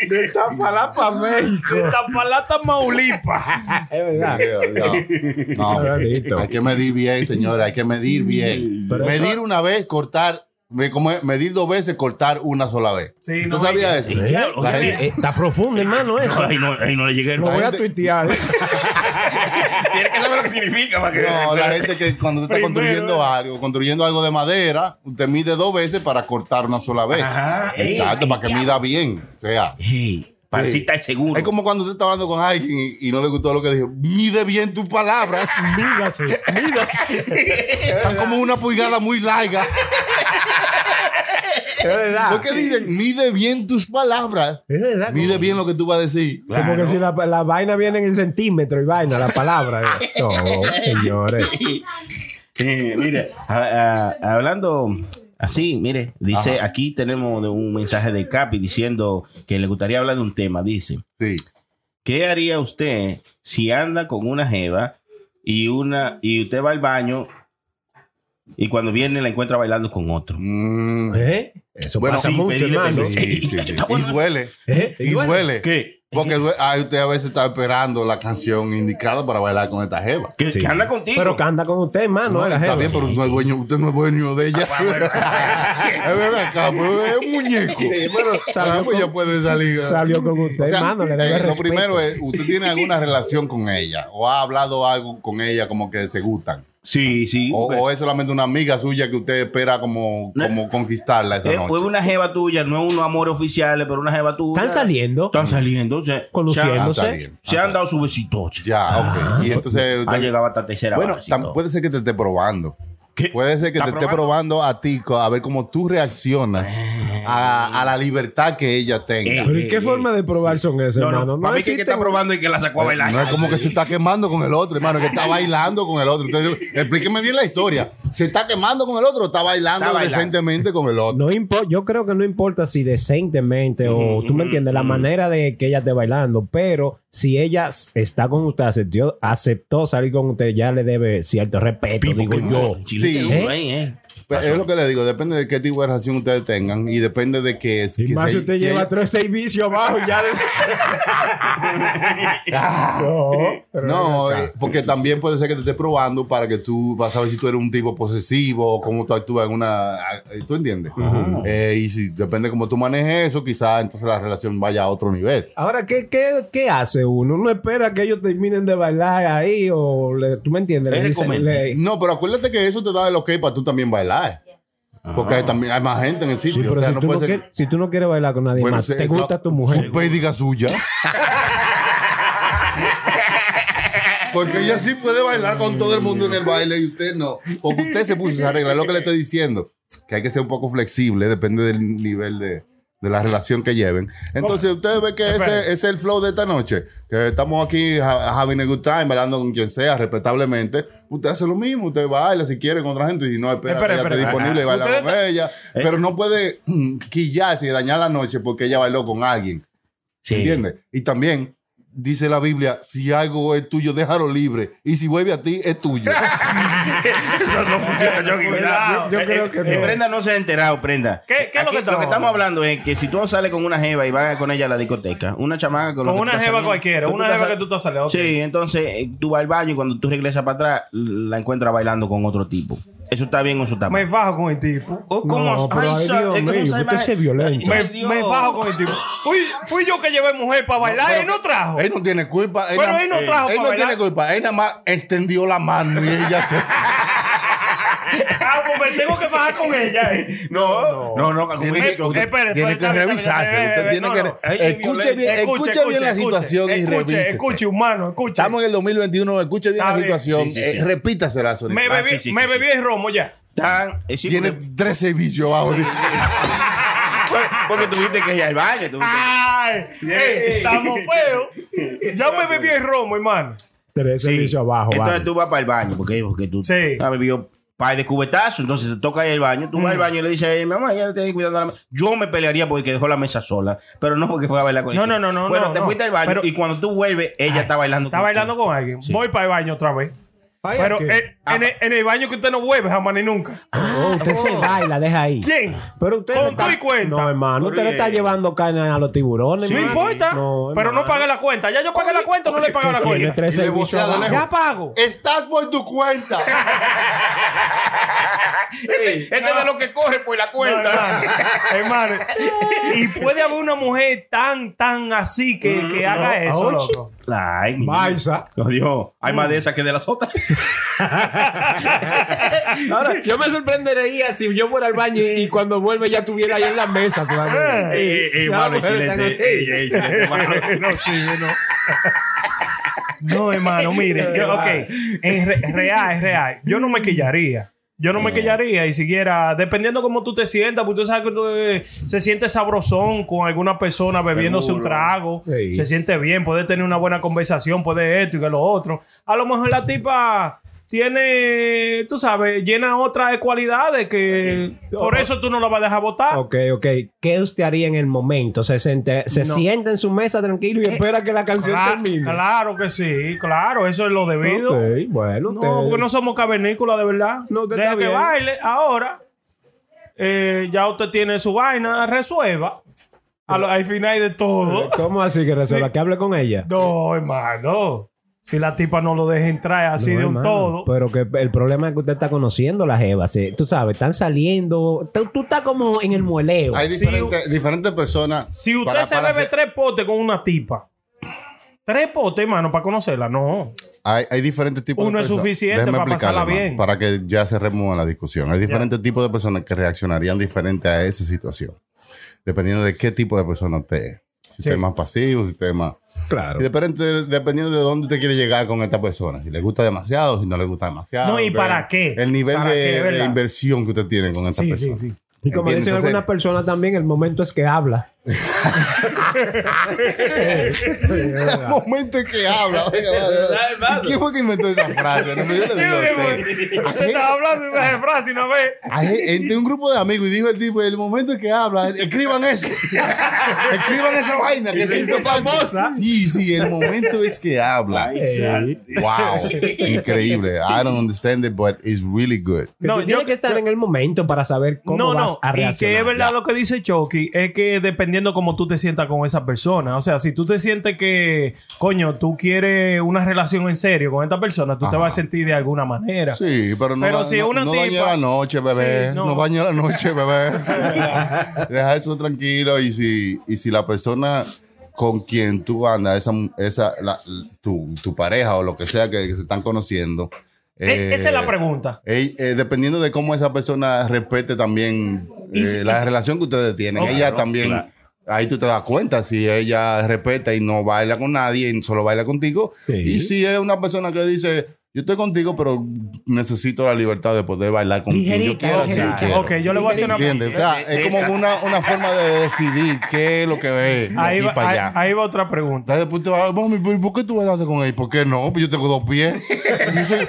Speaker 10: De tapalapa México.
Speaker 4: De tapalata, Maulipa.
Speaker 10: Es verdad.
Speaker 1: Eh, No,
Speaker 10: Clarito.
Speaker 1: hay que medir bien, señores. Hay que medir bien.
Speaker 10: Pero
Speaker 1: medir una vez, cortar. me- como es, medir dos veces, cortar una sola vez.
Speaker 4: Sí,
Speaker 1: ¿Tú
Speaker 4: no,
Speaker 1: sabías eso?
Speaker 10: Eh,
Speaker 1: La
Speaker 10: oye,
Speaker 1: gente-
Speaker 10: eh, Está profundo, hermano, eso.
Speaker 5: Ahí no, ahí no le llegué el
Speaker 10: Lo voy a
Speaker 1: gente-
Speaker 10: tuitear.
Speaker 5: Tienes que saber lo que significa para que.
Speaker 1: No, la gente que cuando usted está
Speaker 4: Primero,
Speaker 1: construyendo algo, construyendo algo de madera, usted mide dos veces para cortar una sola vez.
Speaker 5: Ajá.
Speaker 1: Exacto,
Speaker 5: Ey,
Speaker 1: para que mida bien. O sea,
Speaker 5: Hey, para
Speaker 1: Sí.
Speaker 5: si estar seguro.
Speaker 1: es como cuando usted está hablando con alguien y, y no le gustó lo que dijo. Mide bien tus palabras.
Speaker 10: Mídase, mídase.
Speaker 1: Están como una pulgada muy larga.
Speaker 10: Es
Speaker 5: Ah,
Speaker 10: verdad.
Speaker 1: ¿Por qué dicen? Mide bien tus palabras.
Speaker 10: Es verdad.
Speaker 1: Mide bien lo que tú vas a decir.
Speaker 10: Como que si la, la vaina viene en centímetros y vaina, la palabra. eh. No, señores.
Speaker 5: Eh, mire, a- a- hablando así, mire, dice,
Speaker 1: Ajá.
Speaker 5: aquí tenemos de un mensaje de Capi diciendo que le gustaría hablar de un tema. Dice,
Speaker 1: Sí.
Speaker 5: ¿qué haría usted si anda con una jeva y una y usted va al baño y cuando viene la encuentra bailando con otro?
Speaker 1: Mm.
Speaker 10: ¿Eh? Eso
Speaker 1: Bueno,
Speaker 10: pasa
Speaker 5: sí,
Speaker 10: mucho,
Speaker 5: pedí de
Speaker 10: hermano.
Speaker 5: permiso.
Speaker 1: Sí, sí, sí. Y duele.
Speaker 10: ¿Eh?
Speaker 1: Y duele.
Speaker 5: ¿Qué?
Speaker 1: Porque due- ah, usted a veces está esperando la canción indicada para bailar con esta jeva.
Speaker 5: ¿Que,
Speaker 10: Sí.
Speaker 5: que anda contigo?
Speaker 10: Pero que anda con usted, hermano.
Speaker 1: No,
Speaker 10: la
Speaker 1: está
Speaker 10: jeva. Ah,
Speaker 1: bien, pero no es dueño, usted no es dueño de ella. es verdad, cabrón, es un muñeco. Pero
Speaker 10: Salió
Speaker 1: pues ya
Speaker 10: con-
Speaker 1: puede salir.
Speaker 10: Salió con usted,
Speaker 1: O sea,
Speaker 10: hermano. Le debe
Speaker 1: eh, lo
Speaker 10: respeto.
Speaker 1: primero es, ¿usted tiene alguna relación con ella? ¿O ha hablado algo con ella como que se gustan?
Speaker 5: Sí, sí.
Speaker 1: ¿O,
Speaker 5: porque-
Speaker 1: o es solamente una amiga suya que usted espera como,
Speaker 5: No.
Speaker 1: como conquistarla esa
Speaker 5: Eh, pues
Speaker 1: noche?
Speaker 5: una jeva tuya, no unos amores oficiales, pero una jeva tuya.
Speaker 10: Están saliendo.
Speaker 5: Están saliendo. Se,
Speaker 10: Conociendo.
Speaker 1: Ah,
Speaker 10: no
Speaker 1: está
Speaker 10: sé.
Speaker 1: bien.
Speaker 5: se han dado su besito.
Speaker 1: Ya, ok.
Speaker 10: Ah, pues,
Speaker 1: y entonces...
Speaker 5: Ha llegado hasta tercera
Speaker 1: Bueno,
Speaker 5: base y
Speaker 1: tam-
Speaker 5: todo.
Speaker 1: puede ser que te esté probando.
Speaker 5: ¿Qué?
Speaker 1: Puede ser que
Speaker 5: ¿Está
Speaker 1: te esté probando a ti, co- a ver cómo tú reaccionas a, a la libertad que ella tenga.
Speaker 10: ¿Pero ¿y qué forma de probar son esas,
Speaker 5: No,
Speaker 10: hermano?
Speaker 5: no, para mí que, que
Speaker 10: existe Eh,
Speaker 5: está probando y que la sacó a bailar.
Speaker 1: Eh, No es como que se está quemando con el otro, hermano, que está bailando con el otro. Entonces, explíqueme bien la historia. ¿Se está quemando con el otro o está bailando,
Speaker 5: Está bailando.
Speaker 1: decentemente con el otro?
Speaker 10: No impo- yo creo que no importa si decentemente o tú me entiendes, la manera de que ella esté bailando, pero si ella s- está con usted, aceptó, aceptó salir con usted, ya le debe cierto respeto, digo yo.
Speaker 5: Chile,
Speaker 1: Sí.
Speaker 5: ¿eh?
Speaker 1: Pero Pues, es lo que le digo, depende de qué tipo de relación ustedes tengan y depende de que...
Speaker 10: Y
Speaker 1: que
Speaker 10: más
Speaker 1: se-
Speaker 10: si usted
Speaker 1: si
Speaker 10: lleva
Speaker 1: ella-
Speaker 10: tres servicios abajo ya. de- no, pero
Speaker 1: No,
Speaker 10: ven acá.
Speaker 1: eh, porque también puede ser que te esté probando para que tú vas a ver si tú eres un tipo posesivo o cómo tú actúas en una... eh, ¿Tú entiendes? Eh, y si depende cómo tú manejes eso, quizás entonces la relación vaya a otro nivel.
Speaker 10: Ahora, ¿qué, qué, qué hace uno? ¿Uno espera que ellos terminen de bailar ahí? o le- ¿Tú me entiendes?
Speaker 5: Es
Speaker 10: Le dicen-
Speaker 5: recomendable.
Speaker 10: le-
Speaker 1: No, pero acuérdate que eso te da el ok para tú también bailar. Porque hay, también, hay más gente en el
Speaker 10: Sí,
Speaker 1: sitio.
Speaker 10: pero
Speaker 1: o sea,
Speaker 10: si,
Speaker 1: no
Speaker 10: tú no
Speaker 1: puede ser...
Speaker 10: quieres, si tú no quieres bailar con nadie
Speaker 1: Bueno,
Speaker 10: más,
Speaker 1: se-
Speaker 10: te
Speaker 1: es
Speaker 10: gusta
Speaker 1: la-
Speaker 10: tu mujer.
Speaker 1: su pédica suya. Porque ella sí puede bailar con todo el mundo en el baile y usted no. Porque usted se puso esa regla, es lo que le estoy diciendo. Que hay que ser un poco flexible, depende del nivel de, de la relación que lleven. Entonces, ustedes ven que ese, ese es el flow de esta noche. Que estamos aquí ha- having a good time, bailando con quien sea, respetablemente. Usted hace lo mismo, usted baila si quiere con otra gente, si no, espera,
Speaker 4: Espera,
Speaker 1: que ella esté
Speaker 4: espera.
Speaker 1: disponible y baila
Speaker 4: Ustedes
Speaker 1: con ella. Pero no puede mm, quillarse y dañar la noche porque ella bailó con alguien.
Speaker 5: Sí.
Speaker 1: ¿Entiendes? Y también dice la Biblia, si algo es tuyo, déjalo libre. Y si vuelve a ti, es tuyo.
Speaker 5: Cuidado.
Speaker 10: Yo- yo
Speaker 5: Eh,
Speaker 10: creo
Speaker 5: eh,
Speaker 10: que no.
Speaker 5: Prenda no se ha enterado, Prenda.
Speaker 4: ¿Qué- qué es lo que estamos
Speaker 5: estamos hablando? Es que si tú sales con una jeva y vas con ella a la discoteca, una chamaca con, lo
Speaker 4: Con
Speaker 5: que tú
Speaker 4: una
Speaker 5: estás
Speaker 4: jeva
Speaker 5: saliendo,
Speaker 4: cualquiera,
Speaker 5: tú
Speaker 4: una
Speaker 5: estás
Speaker 4: jeva que
Speaker 5: sal-
Speaker 4: tú estás saliendo.
Speaker 5: Sí, entonces eh, tú vas al baño y cuando tú regresas para atrás, la encuentras bailando con otro tipo. ¿Eso está bien o eso está
Speaker 4: Me
Speaker 5: mal?
Speaker 4: fajo con el tipo.
Speaker 5: O
Speaker 10: No, pero ay, Dios mío, usted se violento.
Speaker 4: Me, me fajo con el tipo. Fui, fui yo que llevé mujer para bailar y no trajo.
Speaker 5: eh.
Speaker 1: él no tiene culpa.
Speaker 4: Pero
Speaker 1: na-
Speaker 4: él no trajo
Speaker 1: Él
Speaker 4: pa'
Speaker 1: no
Speaker 4: bailar.
Speaker 1: tiene culpa. Él nada más extendió la mano y ella se...
Speaker 4: Ah, pues me tengo que fajar con ella. eh.
Speaker 5: No, no, no.
Speaker 1: Tiene que,
Speaker 4: Espere,
Speaker 1: tiene
Speaker 4: espere,
Speaker 1: que
Speaker 4: espere, espere,
Speaker 1: revisarse.
Speaker 4: espere,
Speaker 1: Usted
Speaker 4: espere,
Speaker 1: tiene
Speaker 4: no,
Speaker 1: que...
Speaker 4: no.
Speaker 1: Escuche bien, escuche, bien la
Speaker 4: escuche,
Speaker 1: situación y
Speaker 4: escuche,
Speaker 1: revísese.
Speaker 4: Escuche, humano, escuche.
Speaker 1: Estamos en el 2021, escuche bien
Speaker 4: Está
Speaker 1: la
Speaker 4: bien.
Speaker 1: situación.
Speaker 5: Sí, sí,
Speaker 1: Eh,
Speaker 5: sí.
Speaker 1: repítasela, Sonia.
Speaker 4: me
Speaker 5: Ah,
Speaker 4: bebí,
Speaker 5: sí, sí,
Speaker 4: me
Speaker 5: sí,
Speaker 4: bebí el romo ya.
Speaker 5: Tan, eh, sí,
Speaker 1: Tiene
Speaker 5: porque,
Speaker 1: tres servicios abajo.
Speaker 5: porque tuviste que ir al baño. tuviste-
Speaker 4: ¡Ay! ey, estamos feos. Ya me bebí el romo, hermano.
Speaker 10: Tres
Speaker 5: Sí.
Speaker 10: servicios abajo.
Speaker 5: Entonces
Speaker 10: vale.
Speaker 5: tú vas para el baño, porque, porque tú
Speaker 4: Sí.
Speaker 5: has bebido par de cubetazos, entonces te toca ir al baño, tú vas
Speaker 4: Mm.
Speaker 5: al baño y le dices, "Ey, mamá, ya te estoy cuidando la mesa. Yo me pelearía porque dejó la mesa sola, pero no porque fue a bailar con
Speaker 4: No,
Speaker 5: ella.
Speaker 4: no, no, no,
Speaker 5: Bueno,
Speaker 4: no,
Speaker 5: te
Speaker 4: no.
Speaker 5: fuiste al baño
Speaker 4: Pero-
Speaker 5: y cuando tú vuelves, ella está bailando
Speaker 4: Está bailando con alguien.
Speaker 5: Sí.
Speaker 4: Voy para el baño otra vez.
Speaker 10: Ay,
Speaker 4: Pero eh,
Speaker 10: ¿qué?
Speaker 4: en, en el, en el baño que usted no vuelve jamás ni nunca.
Speaker 10: Oh, usted se baila, deja ahí.
Speaker 4: ¿Quién?
Speaker 10: Pero usted
Speaker 4: Con
Speaker 10: no está-
Speaker 4: tu y cuenta.
Speaker 10: No, hermano, usted le está
Speaker 5: Oye.
Speaker 10: llevando carne a los tiburones.
Speaker 4: No
Speaker 10: hermano.
Speaker 4: importa. pero no
Speaker 10: hermano.
Speaker 4: pagué la cuenta. Ya yo pagué la cuenta, no le pagué la
Speaker 10: Tiene
Speaker 4: cuenta.
Speaker 10: tres
Speaker 1: Y le
Speaker 10: servicios
Speaker 1: vocea de
Speaker 10: abajo.
Speaker 1: lejos.
Speaker 4: Ya pago.
Speaker 1: Estás por tu cuenta.
Speaker 5: Este es de lo que corre por la
Speaker 4: No,
Speaker 5: cuenta.
Speaker 4: hermano. Hermano. Y puede haber una mujer tan, tan así que, que haga eso,
Speaker 10: ouch.
Speaker 4: loco.
Speaker 5: Ay, mi-
Speaker 10: Baisa.
Speaker 5: Oh, Dios, hay más de esas que de las otras.
Speaker 10: Ahora, yo me sorprendería si yo fuera al baño y, y cuando vuelve ya estuviera ahí en la mesa todavía.
Speaker 4: Eh,
Speaker 5: Ey, ey,
Speaker 10: Ya,
Speaker 5: mano,
Speaker 4: pues,
Speaker 10: mujeres están
Speaker 5: chilete,
Speaker 10: así.
Speaker 5: ey, ey, chilete, mano.
Speaker 4: No, sí, no. No, hermano, mire. Yo, ok. Es re- es real, es real. Yo no me quillaría. Yo no me quillaría y siguiera, dependiendo cómo tú te sientas, porque tú sabes que tú, eh, se siente sabrosón con alguna persona bebiéndose un
Speaker 5: Seguro.
Speaker 4: trago,
Speaker 10: Sí.
Speaker 4: se siente bien, puede tener una buena conversación, puede esto y que lo otro. A lo mejor la tipa tiene, tú sabes, llena otras cualidades que por eso tú no la vas a dejar votar.
Speaker 10: Ok, ok. ¿Qué usted haría en el momento? ¿Se, sente- se
Speaker 4: No. Eh,
Speaker 10: sienta en su mesa tranquilo y espera que la canción
Speaker 4: Cla-
Speaker 10: termine?
Speaker 4: claro que sí, claro, eso es lo debido.
Speaker 10: Ok, bueno,
Speaker 4: No,
Speaker 10: usted-
Speaker 4: porque no somos cavernícolas, de verdad.
Speaker 10: No, usted
Speaker 4: Deja
Speaker 10: está
Speaker 4: que
Speaker 10: bien.
Speaker 4: baile. Ahora, eh, ya usted tiene su vaina, resuelva. A lo- al final de todo.
Speaker 10: Eh, ¿Cómo así que resuelva?
Speaker 4: Sí.
Speaker 10: ¿Que hable con ella?
Speaker 4: No, hermano. Si la tipa no lo deja entrar así
Speaker 10: No,
Speaker 4: de un
Speaker 10: hermano, pues.
Speaker 4: todo.
Speaker 10: Pero que el problema es que usted está conociendo las jevas. sí. Tú sabes, están saliendo. Tú, tú estás como en el mueleo.
Speaker 1: Hay
Speaker 4: Si
Speaker 1: diferentes, diferentes personas.
Speaker 4: si usted
Speaker 1: para-
Speaker 4: se
Speaker 1: para
Speaker 4: bebe
Speaker 1: hacer-
Speaker 4: tres potes con una tipa. Tres potes, hermano, para conocerla. No.
Speaker 1: Hay, hay diferentes tipos
Speaker 4: Uno
Speaker 1: de
Speaker 4: es
Speaker 1: personas.
Speaker 4: suficiente
Speaker 1: Déjame
Speaker 4: para
Speaker 1: explicarle,
Speaker 4: pasarla
Speaker 1: hermano,
Speaker 4: bien.
Speaker 1: Para que ya cerremos la discusión. Hay diferentes tipos de personas que reaccionarían diferente a esa situación. Dependiendo de qué tipo de persona usted es. Si usted es más pasivo, si usted es más.
Speaker 10: Claro.
Speaker 1: Y depende- dependiendo de dónde usted quiere llegar con esta persona. Si le gusta demasiado, si no le gusta demasiado.
Speaker 4: No, ¿y
Speaker 1: de-
Speaker 4: para qué?
Speaker 1: El nivel
Speaker 4: ¿Para
Speaker 1: de,
Speaker 4: qué,
Speaker 1: de
Speaker 4: verdad?
Speaker 1: inversión que usted tiene con esta
Speaker 4: Sí, sí,
Speaker 1: persona.
Speaker 4: sí.
Speaker 10: Y
Speaker 1: Entiendo,
Speaker 10: como dicen
Speaker 1: entonces-
Speaker 10: algunas personas también, el momento es que habla.
Speaker 1: El momento en que habla. oiga, vale, vale. ¿Y ¿Quién fue que inventó esa frase? No, pero yo le digo a usted. Hay gente-
Speaker 4: hablando de una frase y no ve.
Speaker 1: hay gente- entre un grupo de amigos y dijo el tipo, el momento en que habla, escriban eso. escriban esa vaina que se hizo famosa. Sí, sí, el momento es que habla. Wow, increíble. I don't understand it, but it's really good.
Speaker 4: No,
Speaker 10: No, tú
Speaker 4: yo-
Speaker 10: tienes que estar en el momento para saber cómo
Speaker 4: No,
Speaker 10: vas
Speaker 4: no.
Speaker 10: a
Speaker 4: Y
Speaker 10: reaccionar.
Speaker 4: que es verdad lo que dice Chucky, es que dependiendo cómo tú te sientas con esa persona. O sea, si tú te sientes que, coño, tú quieres una relación en serio con esta persona, tú te
Speaker 1: Ajá.
Speaker 4: vas a sentir de alguna manera.
Speaker 1: Sí, pero no,
Speaker 4: Pero
Speaker 1: da-
Speaker 4: si
Speaker 1: no,
Speaker 4: una
Speaker 1: no
Speaker 4: tipa-
Speaker 1: dañe la noche, bebé.
Speaker 4: Sí,
Speaker 1: no.
Speaker 4: no.
Speaker 1: dañe la noche, bebé. Deja eso tranquilo. Y si, y si la persona con quien tú andas, esa, esa, la- tu, tu pareja o lo que sea que, que se están conociendo.
Speaker 4: E-
Speaker 1: eh,
Speaker 4: esa es la pregunta.
Speaker 1: eh, eh, dependiendo de cómo esa persona respete también
Speaker 4: Y
Speaker 1: eh,
Speaker 4: si- y
Speaker 1: la
Speaker 4: si-
Speaker 1: relación que ustedes tienen. ella también, ahí tú te das cuenta si ella respeta y no baila con nadie y solo baila contigo.
Speaker 10: Sí.
Speaker 1: Y si es una persona que dice, yo estoy contigo, pero necesito la libertad de poder bailar con quien yo
Speaker 5: Ligerita,
Speaker 1: quiera. si yo
Speaker 5: ligerita.
Speaker 1: quiero".
Speaker 4: Ok, yo le voy a hacer una
Speaker 1: ¿Entiendes? O sea, es como una, una forma de decidir qué es lo que ve de
Speaker 4: Ahí
Speaker 1: aquí
Speaker 4: va,
Speaker 1: para
Speaker 4: ahí-
Speaker 1: allá.
Speaker 4: ahí va otra pregunta.
Speaker 1: Entonces después te va, mami, pero ¿y ¿por qué tú bailaste con él? ¿Por qué no? Pues yo tengo dos pies. Yo soy,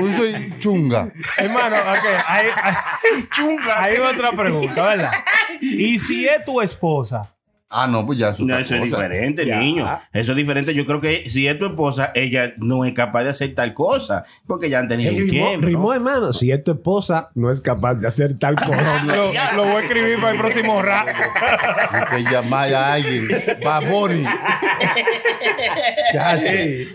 Speaker 1: yo soy chunga.
Speaker 4: Hermano, ok, ahí, ahí- ahí va otra pregunta, ¿verdad? Y si es tu esposa,
Speaker 1: Ah, no, pues ya eso,
Speaker 5: No, eso es diferente, niño. Eso es diferente. Yo creo que si es tu esposa, ella no es capaz de hacer tal cosa. Porque ya han tenido
Speaker 10: Rimó-
Speaker 5: un tiempo.
Speaker 10: rimó, hermano. Si es tu esposa, no es capaz de hacer tal cosa.
Speaker 4: lo, lo voy a escribir para el próximo rap.
Speaker 1: Hay que llamar a alguien. Baboni.
Speaker 10: Ay,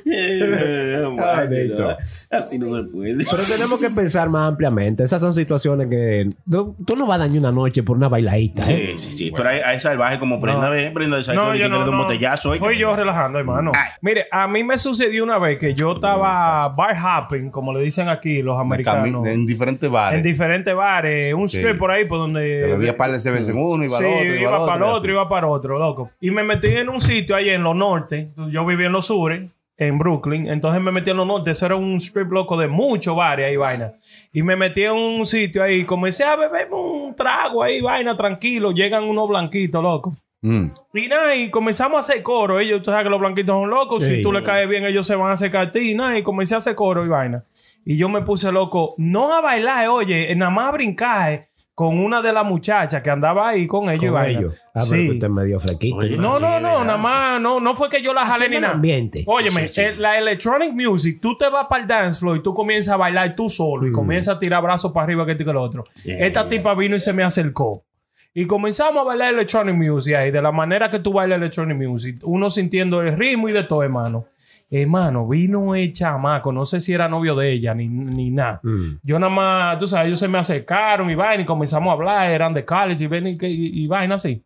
Speaker 10: Néstor.
Speaker 5: Ah, Así no se puede.
Speaker 10: Pero tenemos que pensar más ampliamente. Esas son situaciones que tú, tú no vas a dañar una noche por una bailadita. ¿eh?
Speaker 5: Sí, sí, sí. Pero hay, hay salvajes como Brenda,
Speaker 4: No.
Speaker 5: ve, Brenda de
Speaker 4: No,
Speaker 5: que
Speaker 4: yo
Speaker 5: quiere
Speaker 4: no,
Speaker 5: dar un
Speaker 4: no.
Speaker 5: botellazo. ¿eh? oye.
Speaker 4: Fui yo relajando, hermano. Mire, a mí me sucedió una vez que yo estaba bar hopping, como le dicen aquí los americanos,
Speaker 1: Cami- En diferentes bares.
Speaker 4: en diferentes bares, un
Speaker 1: Sí.
Speaker 4: strip por ahí por
Speaker 1: Se bebía
Speaker 4: donde...
Speaker 1: par de cerveza en uno, iba
Speaker 4: Sí,
Speaker 1: al otro,
Speaker 4: iba para el otro,
Speaker 1: y así.
Speaker 4: iba para el otro, loco. Y me metí en un sitio ahí en los norte. Yo vivía en los sures, en Brooklyn. Entonces me metí en los norte. Eso era un strip loco de muchos bares ahí, vaina. Y me metí en un sitio ahí. Comencé a beberme un trago ahí, vaina, tranquilo. Llegan unos blanquitos, loco.
Speaker 1: Mm.
Speaker 4: Y nada, y comenzamos a hacer coro. Ellos, tú sabes que los blanquitos son locos.
Speaker 10: Sí.
Speaker 4: Si tú le caes bien, ellos se van a acercar a ti. Y nada, y comencé a hacer coro y vaina. Y yo me puse loco, no a bailar, oye, nada más a brincar eh, con una de las muchachas que andaba ahí con ellos y
Speaker 10: Con
Speaker 4: vaina.
Speaker 10: ellos. Ah, pero
Speaker 4: Sí.
Speaker 10: usted es medio flequito.
Speaker 5: Oye,
Speaker 4: No, no, no,
Speaker 5: Sí,
Speaker 4: nada más, no, no fue que yo la jalé
Speaker 10: Haciendo
Speaker 4: ni
Speaker 10: el
Speaker 4: nada.
Speaker 10: ambiente.
Speaker 4: Óyeme,
Speaker 5: Sí, sí.
Speaker 4: eh, la electronic music, tú te vas para el dance floor y tú comienzas a bailar tú solo y
Speaker 5: Mm.
Speaker 4: comienzas a tirar brazos para arriba que esto y que lo otro. Esta tipa vino y se me acercó. Y comenzamos a bailar electronic music ahí, de la manera que tú bailas electronic music, uno sintiendo el ritmo y de todo, hermano. Hermano, vino el chamaco, no sé si era novio de ella ni, ni nada.
Speaker 10: Mm.
Speaker 4: Yo nada más, tú sabes, ellos se me acercaron y vaina y comenzamos a hablar, eran de college y, ven y, que- y- y vaina así.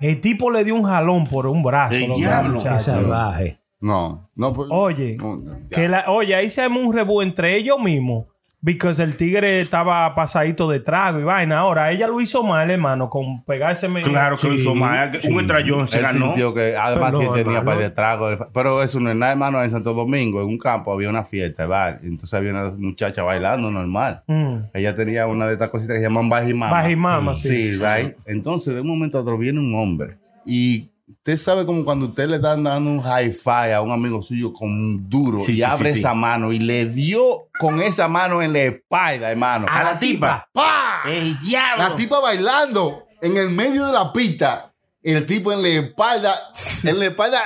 Speaker 4: El tipo le dio un jalón por un brazo.
Speaker 5: El
Speaker 4: loco,
Speaker 5: diablo.
Speaker 10: Qué
Speaker 4: muchacho.
Speaker 10: salvaje.
Speaker 1: No, no, pues.
Speaker 4: Oye,
Speaker 1: no, ya.
Speaker 4: que la- oye, ahí se armó un rebu entre ellos mismos. Because el tigre estaba pasadito de trago y vaina. Ahora, ella lo hizo mal, hermano, con pegarse.
Speaker 5: Claro que lo hizo mal. Un estrellón se
Speaker 1: Él
Speaker 5: ganó.
Speaker 1: sintió que además
Speaker 10: Pero
Speaker 1: sí
Speaker 10: no,
Speaker 1: tenía
Speaker 10: hermano.
Speaker 1: par de trago. Pero eso no es nada, hermano. En Santo Domingo, en un campo, había una fiesta, ¿vale? Entonces había una muchacha bailando normal.
Speaker 4: Mm.
Speaker 1: Ella tenía una de estas cositas que se llaman bajimama.
Speaker 4: Bajimama, sí.
Speaker 1: Mm, Sí, right. Entonces, de un momento a otro viene un hombre y usted sabe como cuando usted le están dando un hi-fi a un amigo suyo con un duro
Speaker 5: Sí,
Speaker 1: y
Speaker 5: sí,
Speaker 1: abre
Speaker 5: sí, sí.
Speaker 1: esa mano y le dio con esa mano en la espalda, hermano.
Speaker 5: A la tipa.
Speaker 1: ¡Pah!
Speaker 5: El diablo.
Speaker 1: La tipa bailando en el medio de la pista. El tipo en la espalda, en la espalda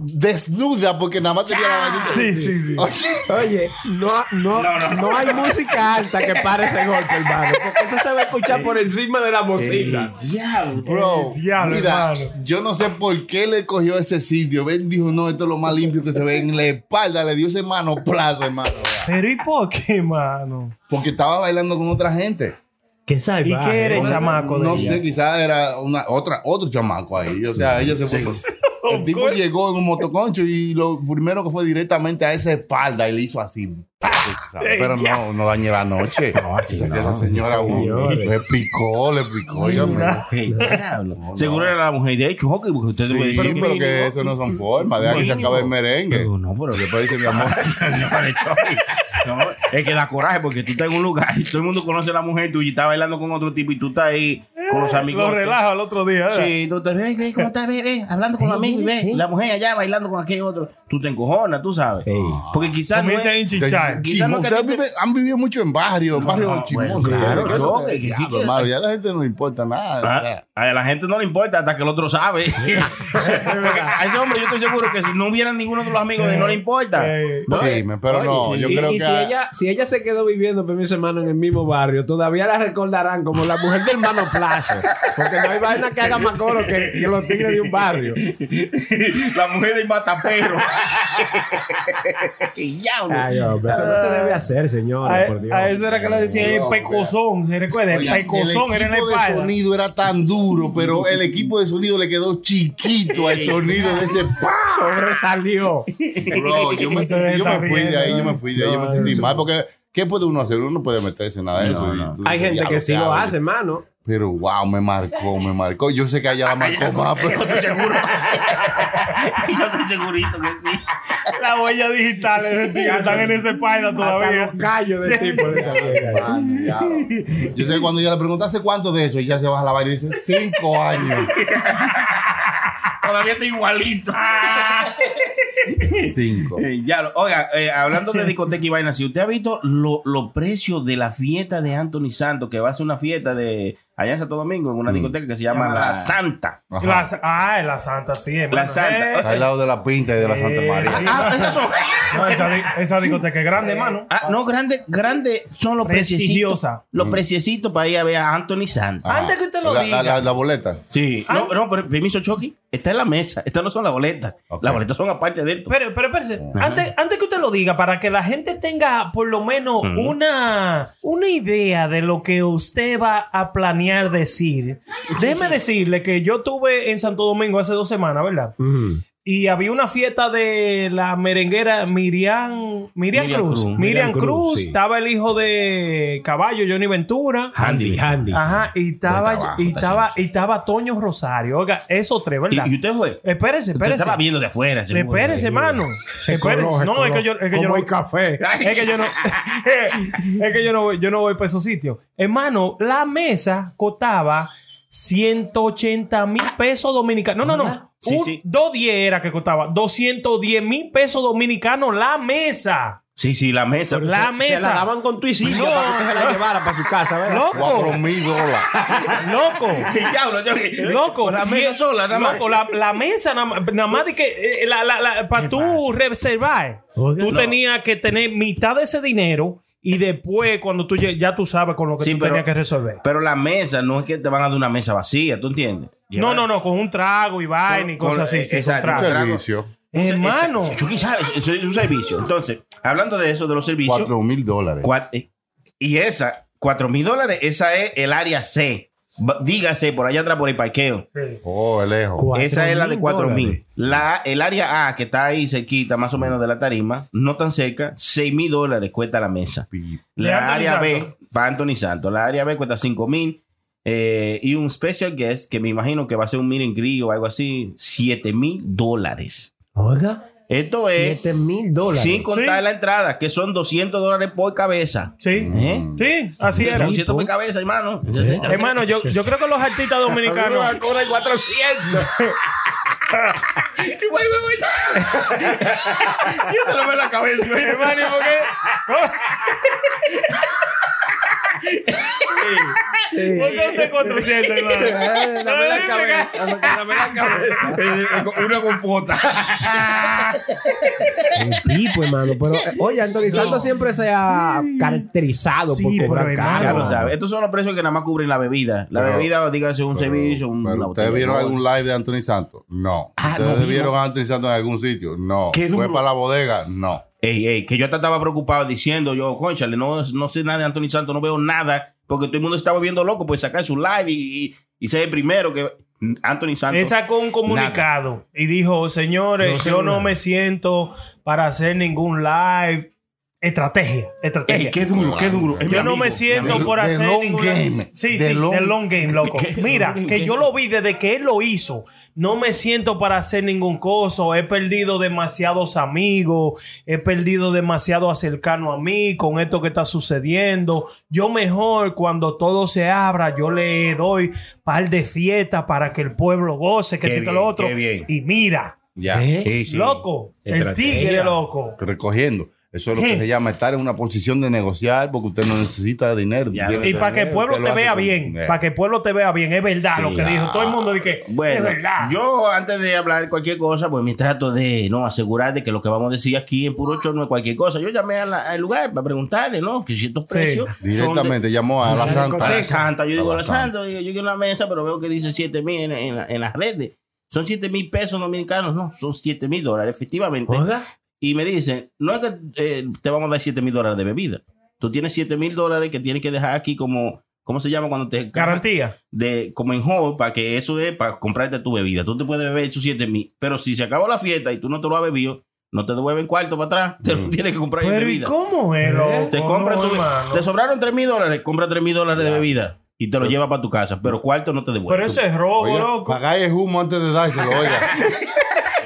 Speaker 1: desnuda porque nada más tenía la manita.
Speaker 4: Sí, sí, sí.
Speaker 1: Oye,
Speaker 10: Oye, no, no, no, hay música alta que pare ese golpe, hermano. Porque eso se va a escuchar por encima de la bocina.
Speaker 1: Bro,
Speaker 4: El Eh, diablo,
Speaker 1: mira,
Speaker 4: hermano.
Speaker 1: yo no sé por qué le cogió ese sitio. Ben dijo, no, esto es lo más limpio que se ve en la espalda. Le dio ese mano plato, hermano.
Speaker 4: Pero ¿y por qué, mano?
Speaker 1: Porque estaba bailando con otra gente.
Speaker 10: Qué
Speaker 4: ¿Y
Speaker 10: salvaje.
Speaker 4: qué eres, chamaco? de
Speaker 1: No
Speaker 4: ella?
Speaker 1: sé, quizás era una, otra, otro chamaco ahí. O sea, ella se fue. El
Speaker 4: Of
Speaker 1: tipo
Speaker 4: course.
Speaker 1: llegó en un motoconcho y lo primero que fue directamente a esa espalda y le hizo así. Pero no, no dañé la noche.
Speaker 10: sí,
Speaker 1: Esa
Speaker 10: no,
Speaker 1: señora uh,
Speaker 10: señores.
Speaker 1: le picó, le picó. óigame.
Speaker 5: El diablo. Seguro era la mujer de Chucky, porque usted
Speaker 1: Sí,
Speaker 5: debe decir
Speaker 1: pero que eso no son formas. Deja que se acabe el merengue.
Speaker 5: Pero no, pero
Speaker 1: Después dice mi amor.
Speaker 5: No, es que da coraje porque tú estás en un lugar y todo el mundo conoce a la mujer tuya y está bailando con otro tipo y tú estás ahí con los amigos.
Speaker 4: Lo relaja el otro día. ¿verdad?
Speaker 5: Sí, tú te ves, ve, ¿cómo estás? Ve, ve, hablando con amigos, ve, y la mujer allá bailando con aquel otro. Tú te encojonas, tú sabes. Porque quizás no es-
Speaker 4: Comienza a hinchichar.
Speaker 5: Quizá
Speaker 1: Chismón.
Speaker 5: no que
Speaker 1: Ustedes
Speaker 5: tú te-
Speaker 1: viven- han vivido mucho en barrio, en barrio
Speaker 5: no,
Speaker 1: chimón.
Speaker 5: bueno, claro,
Speaker 1: Ustedes,
Speaker 5: yo,
Speaker 1: ustedes,
Speaker 5: que- que-
Speaker 1: chiquitos,
Speaker 5: que-
Speaker 1: hermano, ya a la gente no le importa nada.
Speaker 5: Ah, A la gente no le importa hasta que el otro sabe. Porque a ese hombre yo estoy seguro que si no hubiera ninguno de los amigos de él, no le importa.
Speaker 4: Eh,
Speaker 5: ¿No?
Speaker 1: Sí, me- pero no, yo
Speaker 10: y,
Speaker 1: creo
Speaker 10: y
Speaker 1: que.
Speaker 10: si, ella, si ella se quedó viviendo, permiso hermano, en el mismo barrio, todavía la recordarán como la mujer del hermano Plazo. Porque no hay vaina que haga más coro que, que los tigres de un barrio.
Speaker 5: La mujer del matapero. Y ya, hombre.
Speaker 10: Ay, hombre, eso no se debe hacer, señor.
Speaker 4: Ah. A, e-
Speaker 10: por Dios.
Speaker 4: a eso era que le decían el
Speaker 1: Dios,
Speaker 4: pecozón. ¿Se recuerda? El
Speaker 1: Oiga,
Speaker 4: pecozón
Speaker 1: el
Speaker 4: era en la
Speaker 1: equipo de
Speaker 4: espalda.
Speaker 1: sonido era tan duro, pero el equipo de sonido le quedó chiquito al sonido de ese pa.
Speaker 10: Sobresalió.
Speaker 1: Bro, yo me,
Speaker 4: Ustedes
Speaker 1: yo me
Speaker 4: están
Speaker 1: fui de ahí, yo
Speaker 4: riendo.
Speaker 1: me fui de ahí, yo me sentí mal porque ¿qué puede uno hacer? Uno no puede meterse en nada de eso. y tú
Speaker 10: Hay
Speaker 1: dices,
Speaker 10: gente
Speaker 1: ya
Speaker 10: que sí lo
Speaker 1: hago.
Speaker 10: hace, hermano.
Speaker 1: Pero wow, me marcó, me marcó. Yo sé que allá la marcó más, pero
Speaker 5: Yo estoy segurito que sí.
Speaker 4: Las huellas digitales de ti están en esa espalda
Speaker 10: Hasta
Speaker 4: todavía.
Speaker 10: los callos de tipo. de esa vieja.
Speaker 1: Mano, ya. Yo sé que cuando yo le preguntase cuánto de eso, ella se baja la vaina y dice cinco años.
Speaker 5: Todavía está igualito.
Speaker 1: Cinco.
Speaker 5: Eh, ya, lo- oiga, eh, hablando de discoteca y vaina, si usted ha visto lo- los precios de la fiesta de Anthony Santos, que va a ser una fiesta de allá en Santo Domingo, en una discoteca que se Mm. llama La Santa.
Speaker 1: Ajá.
Speaker 4: La sa- ah, la Santa, sí, hermano.
Speaker 5: La Santa.
Speaker 1: Está al lado de la pinta y de la Santa
Speaker 4: Eh,
Speaker 1: María.
Speaker 4: sí.
Speaker 5: Ah, esas son-
Speaker 4: No, esa, di- esa discoteca es grande, hermano.
Speaker 5: Ah, no, grande, grande son los preciecitos.
Speaker 4: Prestigiosa.
Speaker 1: Mm.
Speaker 5: Los preciecitos para ir a ver a Anthony Santos.
Speaker 1: Ajá.
Speaker 4: Antes que usted lo
Speaker 1: La-
Speaker 4: diga.
Speaker 1: La, la- la boleta.
Speaker 5: Sí. No, no, pero permiso, Chucky. Está en la mesa. Estas no son las boletas.
Speaker 1: Ok.
Speaker 5: Las boletas son aparte de esto.
Speaker 4: Pero, pero espérese, antes, antes que usted lo diga, para que la gente tenga por lo menos una, una idea de lo que usted va a planear decir, déjeme decirle que yo estuve en Santo Domingo hace dos semanas, ¿verdad? Y había una fiesta de la merenguera Miriam, Miriam,
Speaker 5: Miriam
Speaker 4: Cruz.
Speaker 5: Cruz.
Speaker 4: Miriam
Speaker 10: Miriam
Speaker 4: Cruz,
Speaker 10: Cruz, sí.
Speaker 4: estaba el hijo de Caballo, Johnny Ventura.
Speaker 5: Handy, handy.
Speaker 4: Ajá, y estaba,
Speaker 5: trabajo,
Speaker 4: y
Speaker 5: está
Speaker 4: estaba,
Speaker 5: haciendo.
Speaker 4: y estaba Toño Rosario. Oiga, esos tres,
Speaker 5: ¿Y,
Speaker 4: ¿verdad?
Speaker 5: y usted fue?
Speaker 4: Espérese,
Speaker 5: Usted
Speaker 4: Eh, espérese.
Speaker 5: estaba viendo de afuera. seguro.
Speaker 4: Espérese, hermano. Espérese.
Speaker 10: Conoce
Speaker 4: No,
Speaker 10: como-
Speaker 4: es que yo, es que yo
Speaker 10: como
Speaker 4: no.
Speaker 10: el café.
Speaker 4: Es que yo no. es que yo no voy, yo no voy para esos sitios. Hermano, la mesa costaba 180 mil pesos dominicanos. No, no, no.
Speaker 5: Ah, Sí,
Speaker 4: Un-
Speaker 5: sí.
Speaker 4: 210 era que costaba. 210 mil pesos dominicanos la mesa.
Speaker 5: Sí, sí, la mesa.
Speaker 4: La
Speaker 10: Se la
Speaker 4: mesa.
Speaker 10: daban con tu y sillo para que se la llevara para su casa, ¿verdad?
Speaker 1: Cuatro mil dólares.
Speaker 4: Loco.
Speaker 5: El diablo, Chucky.
Speaker 4: Loco,
Speaker 5: La mesa
Speaker 4: y-
Speaker 5: sola, nada más.
Speaker 4: loco, la, la mesa, nada más- nada más de que eh, para tú reservar,
Speaker 10: Oiga,
Speaker 4: tú
Speaker 5: no.
Speaker 4: tenías que tener mitad de ese dinero y después, cuando tú lleg- ya tú sabes con lo que
Speaker 5: Sí,
Speaker 4: tú
Speaker 5: pero-
Speaker 4: tenías que resolver.
Speaker 5: Pero la mesa no es que te van a dar una mesa vacía, ¿tú entiendes?
Speaker 4: No, no, no, con un trago y vaina y
Speaker 5: Con-
Speaker 4: cosas
Speaker 5: con-
Speaker 4: así. sí, con
Speaker 5: exacto.
Speaker 4: trago.
Speaker 5: Trago.
Speaker 1: Servicio.
Speaker 4: Hermano,
Speaker 5: Yo quizás, eso es un servicio. Entonces, hablando de eso, de los servicios.
Speaker 1: Cuatro mil dólares.
Speaker 5: Cua- eh, y esa, cuatro mil dólares, esa es el área C. Ba- Dígase por allá atrás por el parqueo.
Speaker 1: Oh, el lejos.
Speaker 10: Cuatro
Speaker 5: Esa es la de
Speaker 10: mil
Speaker 5: cuatro
Speaker 10: dólares.
Speaker 5: mil. La, el área A, que está ahí cerquita, más o menos de la tarima, no tan cerca, seis mil dólares cuesta la mesa.
Speaker 4: De
Speaker 5: La
Speaker 4: Anthony
Speaker 5: área B,
Speaker 4: Santos.
Speaker 5: para Anthony Santos, la área B cuesta cinco mil. eh, y un special guest, que me imagino que va a ser un miren grillo o algo así, siete mil dólares.
Speaker 10: Oiga,
Speaker 5: Esto es
Speaker 10: 7 mil dólares.
Speaker 5: sin contar
Speaker 4: Sí.
Speaker 5: la entrada, que son 200 dólares por cabeza.
Speaker 4: sí,
Speaker 5: ¿Eh?
Speaker 4: sí, así era.
Speaker 5: 200 por cabeza, hermano.
Speaker 4: Hermano, yo, yo creo que los artistas dominicanos.
Speaker 5: cobrar 400. Qué bueno, güey. Si yo se lo veo en la cabeza.
Speaker 4: Hermano, ¿y por qué? ¿Por qué usted 400, hermano?
Speaker 10: la cabeza. dame la cabeza.
Speaker 4: eh,
Speaker 5: Una compota.
Speaker 10: Un tipo, hermano. Pero, eh, oye, Anthony Santos siempre se ha caracterizado
Speaker 4: Sí,
Speaker 10: por cobrar
Speaker 4: pero,
Speaker 10: caro.
Speaker 5: Ya lo
Speaker 4: Ah.
Speaker 5: sabes. Estos son los precios que nada más cubren la bebida. La
Speaker 1: Pero-
Speaker 5: bebida, dígase, un
Speaker 1: Pero-
Speaker 5: servicio, un-
Speaker 1: pero
Speaker 5: una
Speaker 1: ¿Ustedes
Speaker 5: botella
Speaker 1: vieron
Speaker 5: de
Speaker 1: algún
Speaker 5: agua.
Speaker 1: live de Anthony Santos? No.
Speaker 5: Ah, no
Speaker 1: ¿Ustedes
Speaker 5: vimos.
Speaker 1: vieron a Anthony Santos en algún sitio? No.
Speaker 5: Qué
Speaker 1: ¿Fue
Speaker 5: duro.
Speaker 1: para la bodega? No.
Speaker 5: Ey, ey, que yo hasta estaba preocupado diciendo yo, conchale, no, no sé nada de Anthony Santos, no veo nada, porque todo el mundo estaba viendo loco, pues sacar su live y, y, y ser el primero que Anthony Santos.
Speaker 4: Él sacó un comunicado y dijo, señores, yo no me siento para hacer ningún live. Estrategia, estrategia.
Speaker 5: Ey, qué duro, qué duro. Es mi
Speaker 4: Yo no
Speaker 5: amigo,
Speaker 4: me
Speaker 5: mi
Speaker 4: siento
Speaker 5: amigo.
Speaker 4: por
Speaker 1: The
Speaker 4: hacer
Speaker 1: long
Speaker 4: ninguna-
Speaker 1: game.
Speaker 4: Sí,
Speaker 1: The
Speaker 4: sí,
Speaker 1: long-
Speaker 4: the long game, loco.
Speaker 5: ¿Qué?
Speaker 4: Mira,
Speaker 5: Long
Speaker 4: que
Speaker 5: game.
Speaker 4: yo lo vi desde que él lo hizo. no me siento para hacer ningún coso, he perdido demasiados amigos, he perdido demasiado cercano a mí con esto que está sucediendo. Yo mejor cuando todo se abra, yo le doy par de fiestas para que el pueblo goce, que
Speaker 5: Qué
Speaker 4: esto y que
Speaker 5: bien,
Speaker 4: lo otro.
Speaker 5: qué bien.
Speaker 4: Y mira,
Speaker 1: Ya.
Speaker 10: ¿Eh?
Speaker 5: Sí, sí.
Speaker 4: loco, el
Speaker 5: Estrategia.
Speaker 4: tigre loco.
Speaker 1: Recogiendo. Eso es lo que
Speaker 4: Sí.
Speaker 1: se llama estar en una posición de negociar porque usted no necesita dinero.
Speaker 5: Ya.
Speaker 1: tiene
Speaker 4: Y para
Speaker 5: Eh,
Speaker 4: que el
Speaker 1: dinero,
Speaker 4: pueblo
Speaker 1: usted lo
Speaker 4: te
Speaker 1: hace
Speaker 4: vea
Speaker 1: con-
Speaker 4: bien,
Speaker 1: Eh.
Speaker 4: para que el pueblo te vea bien, es verdad
Speaker 5: Sí.
Speaker 4: lo que dijo todo el mundo. De que, es
Speaker 5: Bueno,
Speaker 4: verdad.
Speaker 5: yo antes de hablar cualquier cosa, pues me trato de no asegurar de que lo que vamos a decir aquí en puro show no es cualquier cosa. Yo llamé a la- al lugar para preguntarle, ¿no? Que ciertos
Speaker 4: Sí.
Speaker 5: precios. son de-
Speaker 1: Directamente llamó a la
Speaker 5: A la
Speaker 1: Santa.
Speaker 5: Santa, yo
Speaker 1: A
Speaker 5: digo
Speaker 1: la
Speaker 5: a la Santa, yo, yo quiero una mesa, pero veo que dice 7 mil en, en la- en las redes. Son 7 mil pesos dominicanos, no, son 7 mil dólares, efectivamente. Y me dicen, no es que eh, te vamos a dar 7 mil dólares de bebida. Tú tienes 7 mil dólares que tienes que dejar aquí como, ¿cómo se llama cuando te
Speaker 4: Garantía.
Speaker 5: de como en hold para que eso es para comprarte tu bebida. Tú te puedes beber esos 7 mil, pero si se acabó la fiesta y tú no te lo has bebido, no te devuelven cuarto para atrás, te lo tienes que comprar en
Speaker 4: Pero ¿y
Speaker 5: bebida.
Speaker 4: cómo es, loco?
Speaker 5: Te compras
Speaker 4: No,
Speaker 5: tu-
Speaker 4: hermano.
Speaker 5: te sobraron 3 mil dólares, compra 3 mil dólares de bebida y te lo llevas para tu casa, pero cuarto no te
Speaker 4: Pero
Speaker 5: devuelven.
Speaker 4: eso es robo,
Speaker 1: Oiga,
Speaker 4: loco.
Speaker 1: pagáis el humo antes de dárselo, oiga.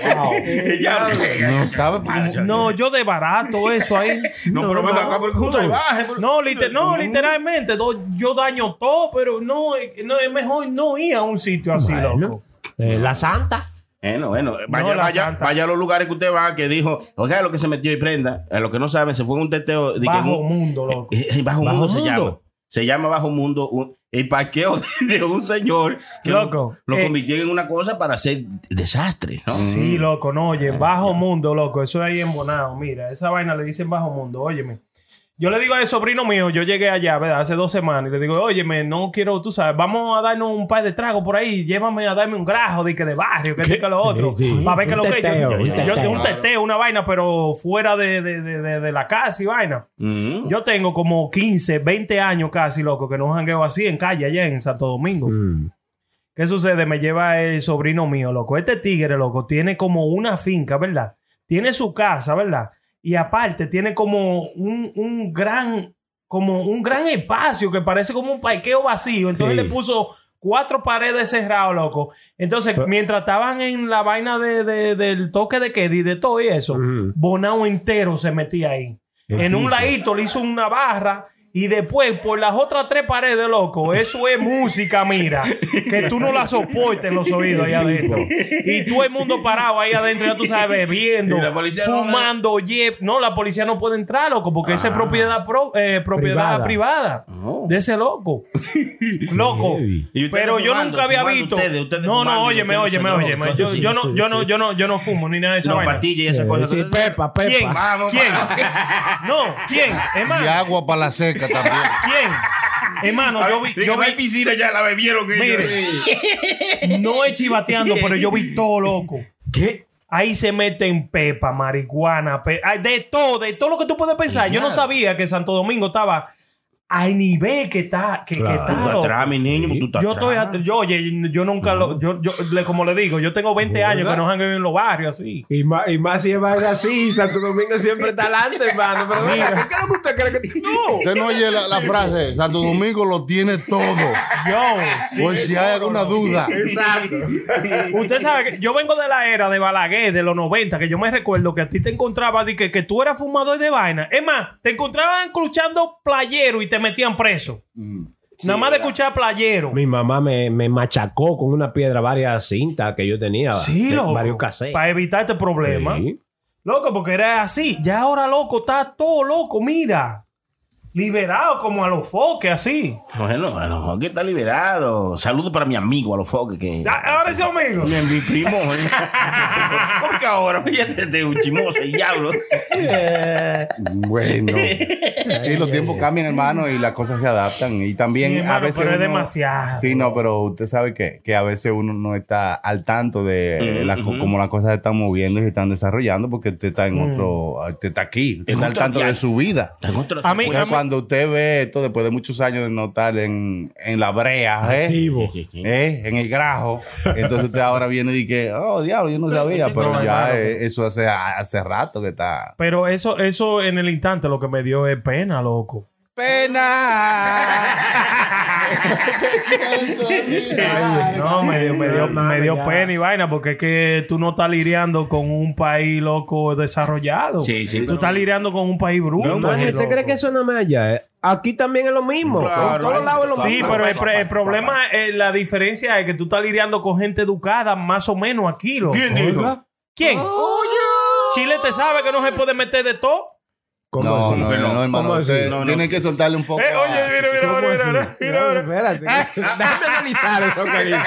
Speaker 1: Wow.
Speaker 5: Ya,
Speaker 1: No sabe cómo-
Speaker 4: No, yo de barato eso ahí.
Speaker 5: No, pero ven acá, porque es un salvaje, porque-
Speaker 4: No, liter- no, literalmente, do- yo daño todo, pero no, eh, no, es mejor no ir a un sitio así,
Speaker 10: Bueno.
Speaker 4: loco.
Speaker 10: Eh, la santa.
Speaker 5: Bueno, bueno, vaya,
Speaker 4: No, la
Speaker 5: vaya,
Speaker 4: Santa.
Speaker 5: vaya a los lugares que usted va, que dijo, oiga, lo que se metió y prenda, a los que no saben, se fue en un teteo. de que en
Speaker 4: Bajo
Speaker 5: un-
Speaker 4: mundo, loco.
Speaker 5: Eh, eh, Bajo,
Speaker 4: Bajo
Speaker 5: Mundo se
Speaker 4: Mundo.
Speaker 5: llama. Se llama Bajo Mundo un- el parqueo de un señor que lo-
Speaker 4: Loco,
Speaker 5: lo,
Speaker 4: eh.
Speaker 5: convirtió en una cosa para hacer desastre. ¿no?
Speaker 4: Sí,
Speaker 10: Mm.
Speaker 4: loco, no,
Speaker 10: Eh,
Speaker 4: oye, bajo mundo, loco, eso ahí en Bonao, mira, esa vaina le dicen bajo mundo, óyeme. Yo le digo al sobrino mío, yo llegué allá, ¿verdad? Hace dos semanas, y le digo, óyeme, no quiero, tú sabes, vamos a darnos un par de tragos por ahí, llévame a darme un grajo, de que de barrio, que diga lo otro,
Speaker 10: Sí, sí.
Speaker 4: para ver qué
Speaker 10: Un
Speaker 4: lo que es.
Speaker 10: teteo,
Speaker 4: yo,
Speaker 10: un
Speaker 4: yo-
Speaker 10: teteo.
Speaker 4: un teteo, una vaina, pero fuera de, de- de- de- de la casa y vaina.
Speaker 5: Mm.
Speaker 4: Yo tengo como 15, 20 años casi, loco, que no jangueo así en calle allá en Santo Domingo. ¿Qué sucede? Me lleva el sobrino mío, loco. Este tigre, loco, tiene como una finca, ¿verdad? Tiene su casa, ¿verdad? Y aparte tiene como un, un gran, como un gran espacio que parece como un parqueo vacío. Entonces
Speaker 10: Sí.
Speaker 4: le puso cuatro paredes cerradas, loco. Entonces,
Speaker 10: Pero-
Speaker 4: mientras estaban en la vaina de, de- del toque de queda y de todo y eso,
Speaker 10: Ujú.
Speaker 4: Bonao entero se metía ahí. En un ladito le hizo una barra y después por las otras tres paredes, loco, eso es música, mira, que tú no la soportes en los oídos ahí adentro. Y todo el mundo parado ahí adentro, ya tú sabes, bebiendo,
Speaker 5: Y la policía no-
Speaker 4: fumando, yep. No, la policía no puede entrar, loco, porque esa es propiedad, pro- eh, propiedad privada,
Speaker 5: Oh.
Speaker 4: de ese loco. Loco.
Speaker 10: Heavy.
Speaker 5: Y ustedes
Speaker 4: Pero yo
Speaker 5: fumando,
Speaker 4: nunca había
Speaker 5: fumando
Speaker 4: visto.
Speaker 5: ustedes, ustedes
Speaker 4: no,
Speaker 5: fumando
Speaker 4: no,
Speaker 5: y
Speaker 4: óyeme,
Speaker 5: ustedes
Speaker 4: óyeme,
Speaker 5: no se
Speaker 4: óyeme.
Speaker 5: drogan.
Speaker 4: Yo, yo no, yo no, yo no, yo no fumo ni nada de esa
Speaker 5: Los
Speaker 4: vaina.
Speaker 5: patillas y esas
Speaker 10: Eh,
Speaker 5: cosas.
Speaker 10: sí, Pepa, Pepa.
Speaker 4: ¿Quién?
Speaker 5: Vamos,
Speaker 4: ¿Quién?
Speaker 5: vamos.
Speaker 4: No, ¿quién?
Speaker 1: Y
Speaker 4: Hermano,
Speaker 1: agua para la seca también.
Speaker 4: ¿quién? Hermano, yo vi, yo
Speaker 5: Dígame, hay
Speaker 4: vi,
Speaker 5: piscina ya, la bebieron. eh". que
Speaker 4: Mire.
Speaker 5: yo-
Speaker 4: no es chivateando, pero yo vi todo loco.
Speaker 5: ¿Qué?
Speaker 4: Ahí se meten pepa, marihuana, pe- ay, de todo, de todo lo que tú puedes pensar. Yo no sabía que Santo Domingo estaba al nivel que está, que, que
Speaker 5: Claro,
Speaker 4: está,
Speaker 5: tú
Speaker 4: loco.
Speaker 5: atrás, mi niño, tú estás
Speaker 4: Yo estoy,
Speaker 5: atrás.
Speaker 4: at- yo, oye, yo nunca lo, yo, yo, le- como le digo, yo tengo 20 años que no han en los barrios así.
Speaker 10: Y más, y más si es vaina así, Santo Domingo siempre está adelante, hermano. Pero mira, ¿qué es lo que usted cree que No.
Speaker 1: Usted no oye la, la frase, Santo Domingo lo tiene todo.
Speaker 4: Yo,
Speaker 1: Por
Speaker 5: Pues
Speaker 1: si hay alguna duda.
Speaker 10: Exacto.
Speaker 4: Usted sabe que yo vengo de la era de Balaguer, de los 90, que yo me recuerdo que a ti te encontraba de que, que tú eras fumador de vaina. Es más, te encontraban escuchando playero y te metían preso.
Speaker 1: Mm.
Speaker 4: Nada más de escuchar playero.
Speaker 10: Mi mamá me, me machacó con una piedra varias cintas que yo tenía.
Speaker 4: Sí,
Speaker 10: de-
Speaker 4: loco.
Speaker 10: Varios cassettes.
Speaker 4: Para evitar este problema.
Speaker 10: Sí.
Speaker 4: Loco, porque era así. Ya ahora, loco, está todo loco, mira. Liberado como a los foques, así.
Speaker 5: Bueno, a lo mejor que está liberado. Saludos para mi amigo, a los foques que.
Speaker 4: Ya- Ahora ese amigo.
Speaker 5: Mi, mi primo. ¿eh? Porque ahora, fíjate, de un chimoso, el diablo.
Speaker 1: Bueno. Sí, los tiempos cambian, hermano, y las cosas se adaptan. Y también
Speaker 4: Sí,
Speaker 1: a
Speaker 4: hermano,
Speaker 1: veces.
Speaker 4: pero es
Speaker 1: uno-
Speaker 4: demasiado.
Speaker 1: Sí, no, pero usted sabe que, que a veces uno no está al tanto de eh, la co- cómo las cosas se están moviendo y se están desarrollando porque usted está en otro. Usted está aquí. Usted
Speaker 5: En
Speaker 1: está al
Speaker 5: otro
Speaker 1: tanto de
Speaker 5: diario.
Speaker 1: su vida.
Speaker 5: Tengo otro-
Speaker 4: A mí-
Speaker 1: Entonces, cuando usted ve esto después de muchos años de no estar en, en la brea, ¿eh?
Speaker 10: Activo.
Speaker 1: ¿Eh? en el grajo. Entonces usted ahora viene y que, oh, diablo, yo no sabía, pero ya eh, eso hace, hace rato que está.
Speaker 4: Pero eso, eso en el instante lo que me dio es pena, loco.
Speaker 1: pena.
Speaker 4: No, me dio, me dio,
Speaker 10: No,
Speaker 4: me dio
Speaker 10: ya.
Speaker 4: pena y vaina, porque es que tú no estás lidiando con un país loco desarrollado.
Speaker 5: Sí, sí,
Speaker 4: Tú
Speaker 5: pero-
Speaker 4: estás lidiando con un país bruto.
Speaker 10: No,
Speaker 4: loco.
Speaker 10: ¿Usted cree que eso nada más allá? eh? Aquí también es lo mismo.
Speaker 1: Claro.
Speaker 10: en todos lados es lo
Speaker 4: Sí,
Speaker 10: mismo.
Speaker 4: pero el, pre- el problema, eh, la diferencia es que tú estás lidiando con gente educada más o menos aquí, loco.
Speaker 1: ¿Quién dijo?
Speaker 4: ¿Quién? Chile te sabe que no se puede meter de todo.
Speaker 10: ¿Cómo
Speaker 1: No,
Speaker 10: así?
Speaker 1: no, no, no, hermano.
Speaker 10: ¿Cómo así?
Speaker 1: Usted
Speaker 10: No, no.
Speaker 1: tiene que soltarle un poco.
Speaker 4: Eh,
Speaker 1: a-
Speaker 4: oye, mira, mira,
Speaker 10: ¿Cómo
Speaker 4: mira,
Speaker 10: así?
Speaker 4: mira, mira, mira,
Speaker 10: No,
Speaker 4: mira.
Speaker 10: espérate. Déjame analizar eso, querido.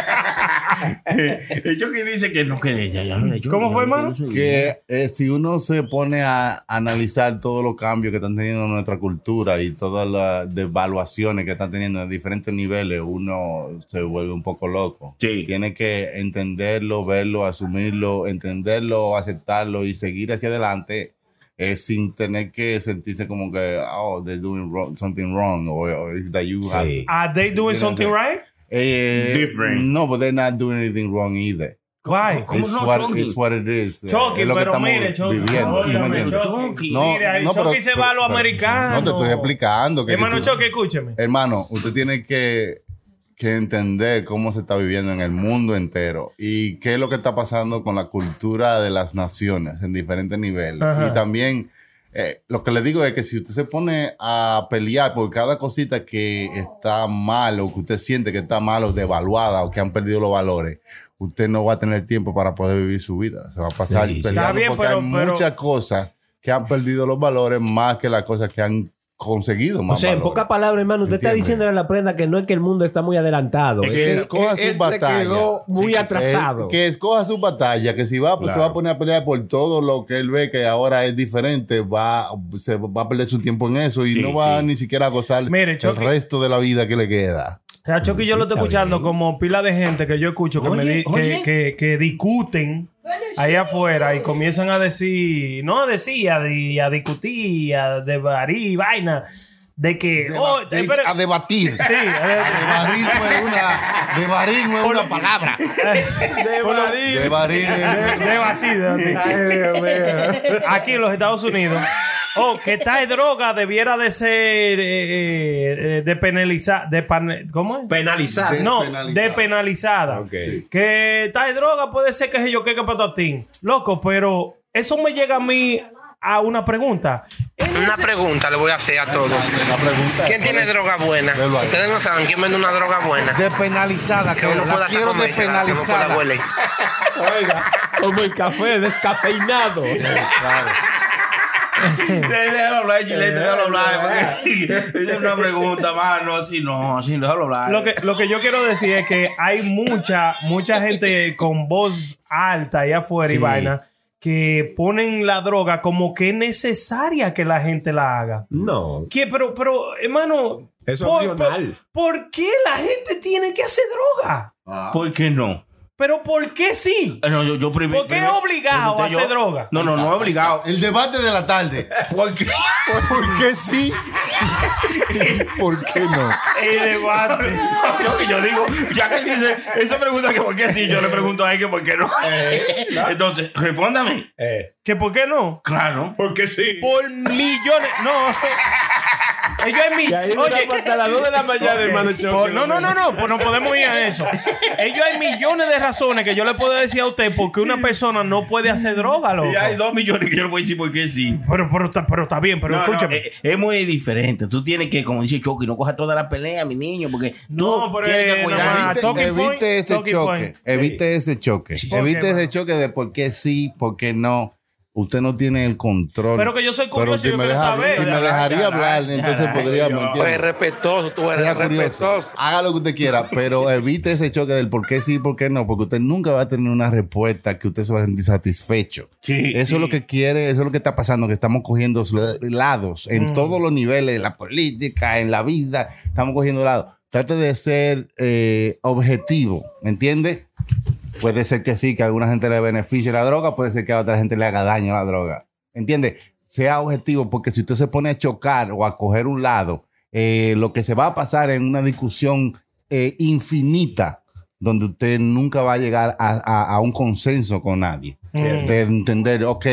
Speaker 5: Yo que dice que no, que ya, ya, yo-
Speaker 4: ¿Cómo
Speaker 5: yo-
Speaker 4: fue,
Speaker 5: yo
Speaker 4: mano?
Speaker 5: no soy-
Speaker 1: que eh, si uno se pone a analizar todos los cambios que están teniendo nuestra cultura y todas las devaluaciones que están teniendo en diferentes niveles, uno se vuelve un poco loco.
Speaker 5: Sí.
Speaker 1: Tiene que entenderlo, verlo, asumirlo, entenderlo, aceptarlo y seguir hacia adelante eh, sin tener que sentirse como que, oh, they're doing wrong- something wrong or, or that you have
Speaker 5: Sí.
Speaker 4: Are Ah, they doing something right?
Speaker 1: Eh,
Speaker 5: Different.
Speaker 1: No, but they're not doing anything wrong either.
Speaker 4: Why?
Speaker 5: ¿Cómo
Speaker 1: It's
Speaker 5: no,
Speaker 1: what,
Speaker 5: Chucky?
Speaker 1: it's what it is. Eh,
Speaker 4: Chucky,
Speaker 1: es lo que
Speaker 4: pero
Speaker 1: estamos
Speaker 4: mire, Chucky.
Speaker 1: viviendo. ¿sí me
Speaker 4: óigame,
Speaker 1: entiendes?
Speaker 4: Chucky.
Speaker 1: No,
Speaker 4: Mira, ahí
Speaker 1: no, pero-
Speaker 4: Chucky se va a lo
Speaker 1: pero-
Speaker 4: americano.
Speaker 1: No te estoy explicando. Que
Speaker 4: Hermano
Speaker 1: que tú- Eh,
Speaker 4: Choque, escúcheme.
Speaker 1: hermano, usted tiene que, que entender cómo se está viviendo en el mundo entero y qué es lo que está pasando con la cultura de las naciones en diferentes niveles.
Speaker 4: Ajá.
Speaker 1: Y también, eh, lo que le digo es que si usted se pone a pelear por cada cosita que está mal o que usted siente que está mal o devaluada o que han perdido los valores, usted no va a tener tiempo para poder vivir su vida. Se va a pasar
Speaker 5: Sí, sí.
Speaker 1: peleando
Speaker 4: Está bien,
Speaker 1: porque
Speaker 4: pero-
Speaker 1: hay
Speaker 4: pero-
Speaker 1: muchas cosas que han perdido los valores más que las cosas que han conseguido
Speaker 10: O
Speaker 1: más
Speaker 10: sea, en
Speaker 1: valores.
Speaker 10: pocas palabras, hermano, usted está
Speaker 1: Entiende.
Speaker 10: diciendo a la prenda que no es que el mundo está muy adelantado.
Speaker 1: Es que escoja
Speaker 10: él-
Speaker 1: su
Speaker 10: él se
Speaker 1: batalla.
Speaker 10: quedó muy
Speaker 1: Sí,
Speaker 10: atrasado.
Speaker 1: él- que escoja su batalla, que si va, pues, se va a poner a pelear por todo lo que él ve que ahora es diferente, va, se va a perder su tiempo en eso y
Speaker 5: Sí,
Speaker 1: no va
Speaker 5: sí.
Speaker 1: ni siquiera a gozar
Speaker 4: Mire,
Speaker 1: el
Speaker 4: Chucky.
Speaker 1: resto de la vida que le queda.
Speaker 4: O sea, Chucky, yo lo estoy escuchando como pila de gente que yo escucho que, me
Speaker 5: Oye,
Speaker 4: di- que-
Speaker 5: oye.
Speaker 4: que- que discuten ahí afuera y comienzan a decir, no a decir, a, di- a discutir, a debatir, vaina, de que... oh,
Speaker 1: Deba- es
Speaker 4: espera-
Speaker 1: a debatir.
Speaker 4: Sí, a-
Speaker 1: Debatir no es una, debatir no es una palabra. Debatir es-
Speaker 4: debatir, debatir. aquí en los Estados Unidos. Oh, que tal droga debiera de ser eh, eh, de penalizar, de pane- ¿cómo es?
Speaker 10: Penalizar.
Speaker 4: No,
Speaker 1: Despenalizada.
Speaker 4: despenalizada. Que tal droga puede ser que se yo que que patatín. Loco, pero eso me llega a mí a una pregunta.
Speaker 8: Una pregunta le voy a hacer a todos.
Speaker 1: La pregunta
Speaker 8: ¿Quién
Speaker 1: es-
Speaker 8: tiene droga buena?
Speaker 1: Velo ahí.
Speaker 8: Ustedes no saben quién vende una droga buena.
Speaker 1: Despenalizada,
Speaker 8: Que
Speaker 1: que
Speaker 8: uno
Speaker 1: la
Speaker 8: pueda
Speaker 1: quiero
Speaker 8: comerse, que uno pueda
Speaker 1: despenalizada.
Speaker 8: huele.
Speaker 10: Oiga, como el café descafeinado.
Speaker 1: Claro.
Speaker 5: Déjalo hablar, Chile, déjalo hablar. porque Esa es una pregunta, mano. Así no, así no, déjalo hablar.
Speaker 4: Lo que, lo que yo quiero decir es que hay mucha, mucha gente con voz alta allá afuera y
Speaker 5: Sí.
Speaker 4: vaina que ponen la droga como que es necesaria que la gente la haga.
Speaker 10: No.
Speaker 4: ¿Qué? Pero, pero, hermano.
Speaker 10: Es opcional.
Speaker 4: por, qué la gente tiene que hacer droga?
Speaker 5: ¿Por qué no?
Speaker 4: Pero ¿por qué sí?
Speaker 5: Eh, No, yo, yo primero.
Speaker 4: ¿Por qué es obligado a hacer droga?
Speaker 5: No, no, no es obligado.
Speaker 1: El debate de la tarde.
Speaker 5: ¿Por qué?
Speaker 1: ¿Por qué sí? ¿Y ¿Por qué no?
Speaker 5: Yo que yo digo, ya que él dice esa pregunta que por qué sí, yo le pregunto a él que por qué no.
Speaker 4: Eh,
Speaker 5: Entonces, respóndame.
Speaker 10: eh,
Speaker 4: ¿Que por qué no?
Speaker 5: Claro.
Speaker 8: Porque sí.
Speaker 4: Por millones. No. Ellos en mi-
Speaker 10: Y ahí
Speaker 4: Oye,
Speaker 10: duramos hasta las 2 de la mañana, hermano Choque.
Speaker 4: Por- no, no, no, no, pues no podemos ir a eso. Ellos hay millones de razones que yo le puedo decir a usted porque una persona no puede hacer droga, loco.
Speaker 5: Y hay dos millones que yo le voy a decir por qué sí.
Speaker 4: Pero, pero, está- pero está bien, pero
Speaker 5: No, no,
Speaker 4: escúchame.
Speaker 5: eh, es muy diferente. Tú tienes que, como dice Chucky, no coja toda la pelea, mi niño, porque
Speaker 4: No,
Speaker 5: tú
Speaker 4: pero,
Speaker 5: tienes
Speaker 4: eh,
Speaker 5: que cuidar.
Speaker 4: Ah,
Speaker 1: evite,
Speaker 4: talking
Speaker 1: evite
Speaker 4: point,
Speaker 1: ese
Speaker 4: talking
Speaker 1: choque.
Speaker 4: point.
Speaker 1: Evite ese choque.
Speaker 4: Sí.
Speaker 1: evite
Speaker 4: Ok,
Speaker 1: ese
Speaker 4: mano.
Speaker 1: choque de por qué sí, por qué no. Usted no tiene el control.
Speaker 4: Pero que yo soy curioso
Speaker 1: Pero
Speaker 4: y
Speaker 1: si
Speaker 4: yo
Speaker 1: me,
Speaker 4: quiero
Speaker 1: deja-
Speaker 4: saber.
Speaker 1: si me dejaría hablar, entonces podríamos.
Speaker 8: Tú eres
Speaker 1: ¿entiendes?
Speaker 8: respetuoso, tú
Speaker 1: Sea
Speaker 8: eres
Speaker 1: curioso.
Speaker 8: respetuoso.
Speaker 1: Haga lo que usted quiera, pero evite ese choque del por qué sí, por qué no, porque usted nunca va a tener una respuesta que usted se va a sentir satisfecho.
Speaker 5: Sí,
Speaker 1: eso es lo que quiere, eso es lo que está pasando, que estamos cogiendo lados en todos los niveles, en la política, en la vida, estamos cogiendo lados. Trate de ser eh, objetivo, ¿me entiende? Puede ser que sí, que a alguna gente le beneficie la droga, puede ser que a otra gente le haga daño la droga. ¿Entiende? Sea objetivo, porque si usted se pone a chocar o a coger un lado, eh, lo que se va a pasar en una discusión eh, infinita, donde usted nunca va a llegar a, a- a un consenso con nadie.
Speaker 4: Cierto.
Speaker 1: De entender, ok,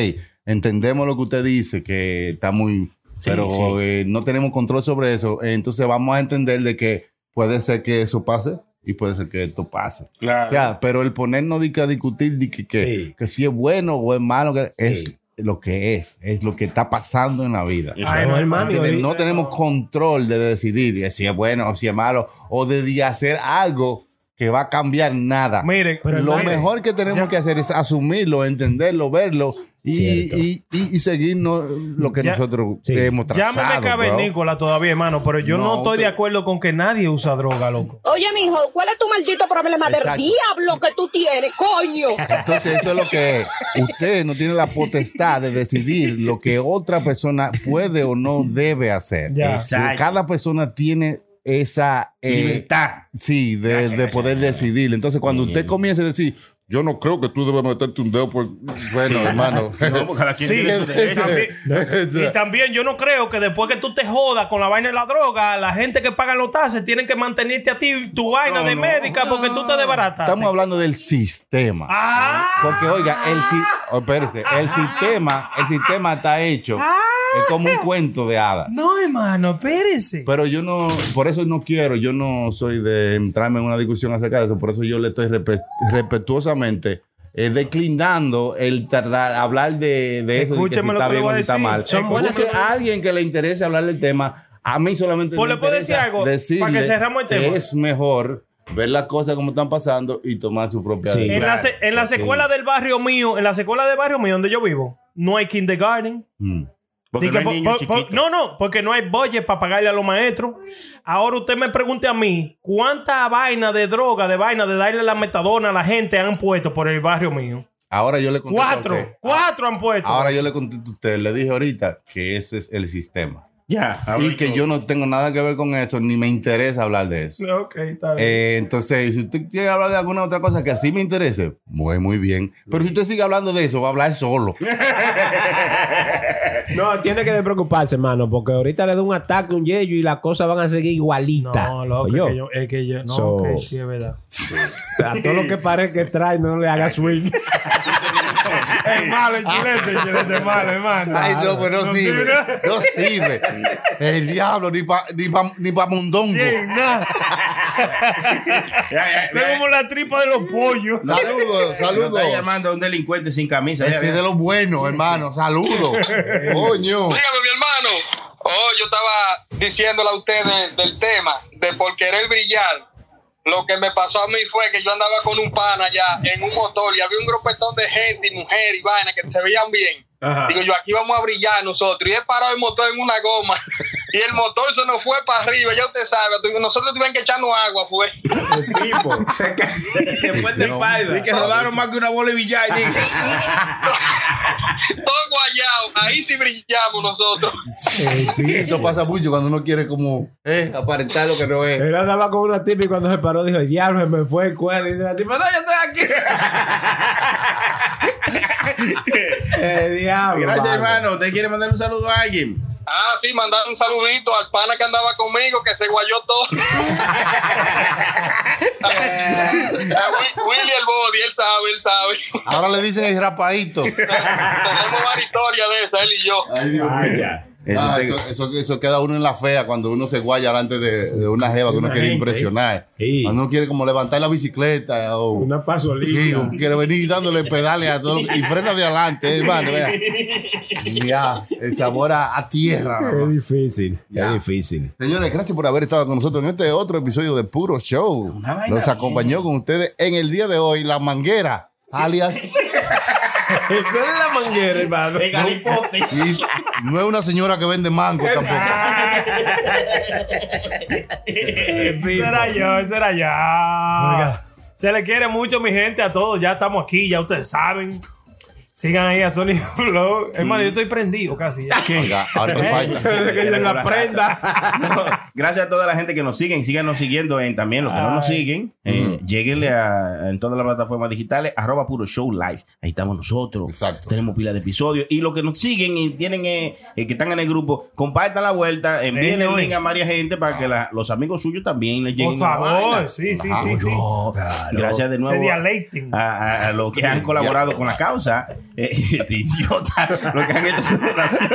Speaker 1: entendemos lo que usted dice, que está muy pero eh, no tenemos control sobre eso. Entonces vamos a entender de que puede ser que eso pase y puede ser que esto pase.
Speaker 11: Claro.
Speaker 1: O sea, pero el ponernos de que a discutir de que, que, que si es bueno o es malo, que- es lo que es, es lo que está pasando en la vida.
Speaker 10: Ay, no, hermano,
Speaker 4: eh,
Speaker 1: ¿Entiendes?
Speaker 10: ahorita-
Speaker 1: no tenemos control de decidir de si es bueno o si es malo o de, de hacer algo que va a cambiar nada.
Speaker 4: Miren, pero
Speaker 1: lo
Speaker 4: miren,
Speaker 1: mejor que tenemos que hacer es asumirlo, entenderlo, verlo y,
Speaker 4: Cierto.
Speaker 1: y, y- y seguirnos lo que
Speaker 4: Ya-
Speaker 1: nosotros hemos trazado.
Speaker 4: Llámeme
Speaker 1: bro.
Speaker 4: cavernícola todavía, hermano, pero yo no,
Speaker 1: No,
Speaker 4: estoy de acuerdo con que nadie usa droga, loco.
Speaker 12: Oye, mijo, ¿cuál es tu maldito problema
Speaker 1: Exacto.
Speaker 12: del diablo que tú tienes, coño?
Speaker 1: Entonces, eso es lo que es. Usted no tiene la potestad de decidir lo que otra persona puede o no debe hacer.
Speaker 5: Ya. Exacto.
Speaker 1: Cada persona tiene esa eh,
Speaker 5: Libertad.
Speaker 1: Sí, de, de poder decidir. Entonces, cuando usted comience a decir, yo no creo que tú debes meterte un dedo por. Bueno,
Speaker 4: Sí.
Speaker 1: hermano.
Speaker 4: No, porque cada quien tiene su derecho. Y también yo no creo que después que tú te jodas con la vaina de la droga, la gente que paga los taxes tienen que mantenerte a ti tu vaina de médica porque tú te desbaratas.
Speaker 1: Estamos hablando del sistema.
Speaker 4: Ah.
Speaker 1: Porque, oiga, el, si- oh, espérese, el sistema, el sistema está hecho. Es como un cuento de hadas.
Speaker 4: No, hermano, espérese.
Speaker 1: Pero yo no, por eso no quiero, yo no soy de entrarme en una discusión acerca de eso, por eso yo le estoy respe- respetuosamente eh, declinando el tardar, hablar de, de eso, de que si
Speaker 4: Escúcheme lo
Speaker 1: está
Speaker 4: que le
Speaker 1: bien o
Speaker 4: voy a
Speaker 1: si está
Speaker 4: decir.
Speaker 1: mal.
Speaker 4: Son
Speaker 1: Busque
Speaker 4: buenas-
Speaker 1: a alguien que le interese hablar del tema, a mí solamente
Speaker 4: Pues
Speaker 1: me
Speaker 4: le puedo
Speaker 1: interesa
Speaker 4: decir algo,
Speaker 1: decirle
Speaker 4: para que cerramos el
Speaker 1: que
Speaker 4: tema.
Speaker 1: Es mejor ver las cosas como están pasando y tomar su propia
Speaker 4: en, la, se- en la secuela del barrio mío, en la secuela del barrio mío donde yo vivo, no hay kindergarten.
Speaker 1: Mm. Porque
Speaker 4: Dice,
Speaker 1: no hay niños
Speaker 4: po- po- no, no, porque no hay budget para pagarle a los maestros. Ahora usted me pregunte a mí, ¿cuánta vaina de droga, de vaina, de darle la metadona a la gente han puesto por el barrio mío?
Speaker 1: Ahora yo le contesto a
Speaker 4: Cuatro,
Speaker 1: usted.
Speaker 4: cuatro han puesto.
Speaker 1: Ahora yo le contesto a usted, le dije ahorita que ese es el sistema.
Speaker 5: Ya.
Speaker 1: Y que yo no tengo nada que ver con eso, ni me interesa hablar de eso.
Speaker 4: Ok, está bien.
Speaker 1: Eh, entonces, si usted quiere hablar de alguna otra cosa que así me interese, muy, muy bien. Pero si usted sigue hablando de eso, va a hablar solo.
Speaker 10: No, tiene que preocuparse, hermano, porque ahorita le da un ataque, un yello y las cosas van a seguir igualitas.
Speaker 4: No, loco, es
Speaker 10: Oyó.
Speaker 4: que yo, es que yo, no,
Speaker 10: So-
Speaker 4: que sí, es verdad.
Speaker 10: A todo lo que pare que trae, no le haga swing.
Speaker 4: es malo el chilete, el chilete es malo, hermano.
Speaker 1: Ay, no, pues no sirve. No sirve. El diablo, ni pa, ni pa, ni pa mundongo.
Speaker 4: Es como la tripa de los pollos.
Speaker 1: Saludos,
Speaker 5: Lo
Speaker 1: saludos.
Speaker 5: está llamando a un delincuente sin camisa.
Speaker 1: Ese es de los buenos, hermano. Saludos. Coño.
Speaker 9: Dígame, mi hermano. Oh, yo estaba diciéndole a ustedes del tema de por querer brillar. Lo que me pasó a mí fue que yo andaba con un pana allá en un motor y había un grupetón de gente y mujer y vaina que se veían bien.
Speaker 13: Ajá.
Speaker 9: Digo yo, aquí vamos a brillar nosotros. Y he parado el motor en una goma y el motor se nos fue para arriba. Ya usted sabe, tu- nosotros tuvimos que echarnos agua, pues. fue.
Speaker 5: Después del Paida. Y que rodaron más que una bola de billar. y dije,
Speaker 9: Todo guayado. Ahí sí brillamos nosotros.
Speaker 1: Eso pasa mucho cuando uno quiere como eh, aparentar lo que no es.
Speaker 10: Él andaba con una tipa y cuando se paró dijo, diablo, se me fue el cuero. Y dice la tipa, no, yo estoy aquí. el diablo.
Speaker 5: Gracias,
Speaker 10: mano.
Speaker 5: hermano. ¿Te quiere mandar un saludo a alguien?
Speaker 9: Ah, sí, mandar un saludito al pana que andaba conmigo, que se guayó todo. A Wi- Willy el Body, él sabe, él sabe.
Speaker 1: Ahora le dicen el rapadito.
Speaker 9: Tenemos varias historias de esa, él y yo.
Speaker 1: Ay, Dios mío. Ah, eso, eso- eso queda uno en la fea cuando uno se guaya delante de, de una jeva que uno quiere
Speaker 10: gente,
Speaker 1: impresionar. Cuando uno quiere como levantar la bicicleta o
Speaker 10: Una pasolita.
Speaker 1: Sí, o quiere venir dándole pedales a todo lo- y frena de adelante, eh, hermano. vea. Ya, el sabor a, a tierra.
Speaker 10: Es
Speaker 1: hermano.
Speaker 10: difícil,
Speaker 1: Ya.
Speaker 10: es difícil.
Speaker 1: Señores, gracias por haber estado con nosotros en este otro episodio de Puro Show.
Speaker 10: vaina
Speaker 1: Nos acompañó con ustedes en el día de hoy la manguera, alias
Speaker 10: ¿Cuál es la manguera, hermano?
Speaker 1: Y no es una señora que vende mango tampoco.
Speaker 4: será yo, será ya. Se le quiere mucho, mi gente, a todos. Ya estamos aquí, ya ustedes saben. Sigan ahí a Sony Flow. Hermano, yo estoy prendido casi. Ya.
Speaker 1: Oiga, ahora te falta.
Speaker 4: Que yo la prenda.
Speaker 5: Gracias a toda la gente que nos siguen. Síganos siguiendo en también los que no nos siguen. Eh, Lléguenle a, en todas las plataformas digitales, arroba puro show live. Ahí estamos nosotros. Tenemos pila de episodios. Y los que nos siguen y tienen eh, eh, que están en el grupo, compartan la vuelta, envíen
Speaker 4: Ey,
Speaker 5: el
Speaker 4: ey.
Speaker 5: link a varias gente para que la- los amigos suyos también les lleguen.
Speaker 4: Por
Speaker 5: la vaina.
Speaker 4: favor, sí, sí, sí.
Speaker 5: Vamos,
Speaker 4: sí.
Speaker 5: yo. Gracias de
Speaker 4: Se
Speaker 5: nuevo. ah. a-
Speaker 4: dialecten.
Speaker 5: a, a- a los que han colaborado con la causa, eh, este idiota, los que han hecho su donación.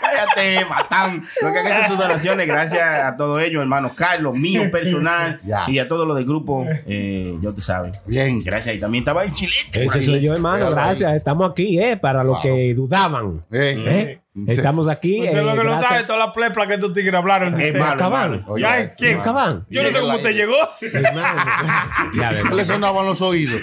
Speaker 5: Cállate, matán. Lo que han hecho sus donaciones, gracias a todos ellos, hermanos Carlos, mío, personal y a todos los del grupo. Eh, yo te sabes.
Speaker 1: Bien.
Speaker 5: Gracias. Y también estaba el chilete.
Speaker 10: Eso soy yo, hermano. Gracias. Estamos aquí, ¿eh? Para los que dudaban. ¿eh? Estamos aquí.
Speaker 4: Usted
Speaker 10: eh,
Speaker 4: lo que no
Speaker 10: gracias-
Speaker 4: sabe, todas las pleplas que estos tigres hablaron
Speaker 5: Eh,
Speaker 4: de
Speaker 10: Es
Speaker 4: usted.
Speaker 10: malo, Acaban. hermano.
Speaker 4: Ya,
Speaker 10: Oye,
Speaker 4: ¿quién?
Speaker 10: acaban.
Speaker 4: Yo no sé cómo usted llegó.
Speaker 1: ¿Qué le sonaban los oídos?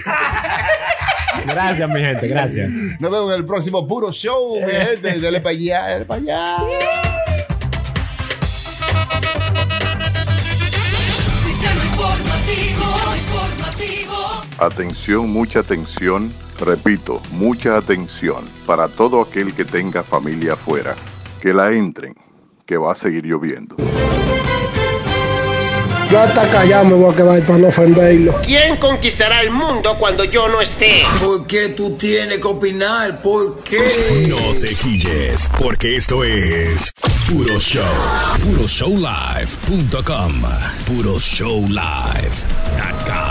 Speaker 10: Gracias, mi gente. Gracias.
Speaker 1: Nos vemos en el próximo puro show, mi gente. Dale para allá, dale para allá.
Speaker 7: Sistema informativo, informativo.
Speaker 9: Atención, mucha atención. Repito, mucha atención para todo aquel que tenga familia afuera. Que la entren, que va a seguir lloviendo.
Speaker 14: Yo hasta callado me voy a quedar para no ofenderlo.
Speaker 15: ¿Quién conquistará el mundo cuando yo no esté? ¿Por qué tú tienes que opinar? ¿Por qué?
Speaker 2: No te quilles, porque esto es Puro Show. PuroShowLive.com. PuroShowLive.com.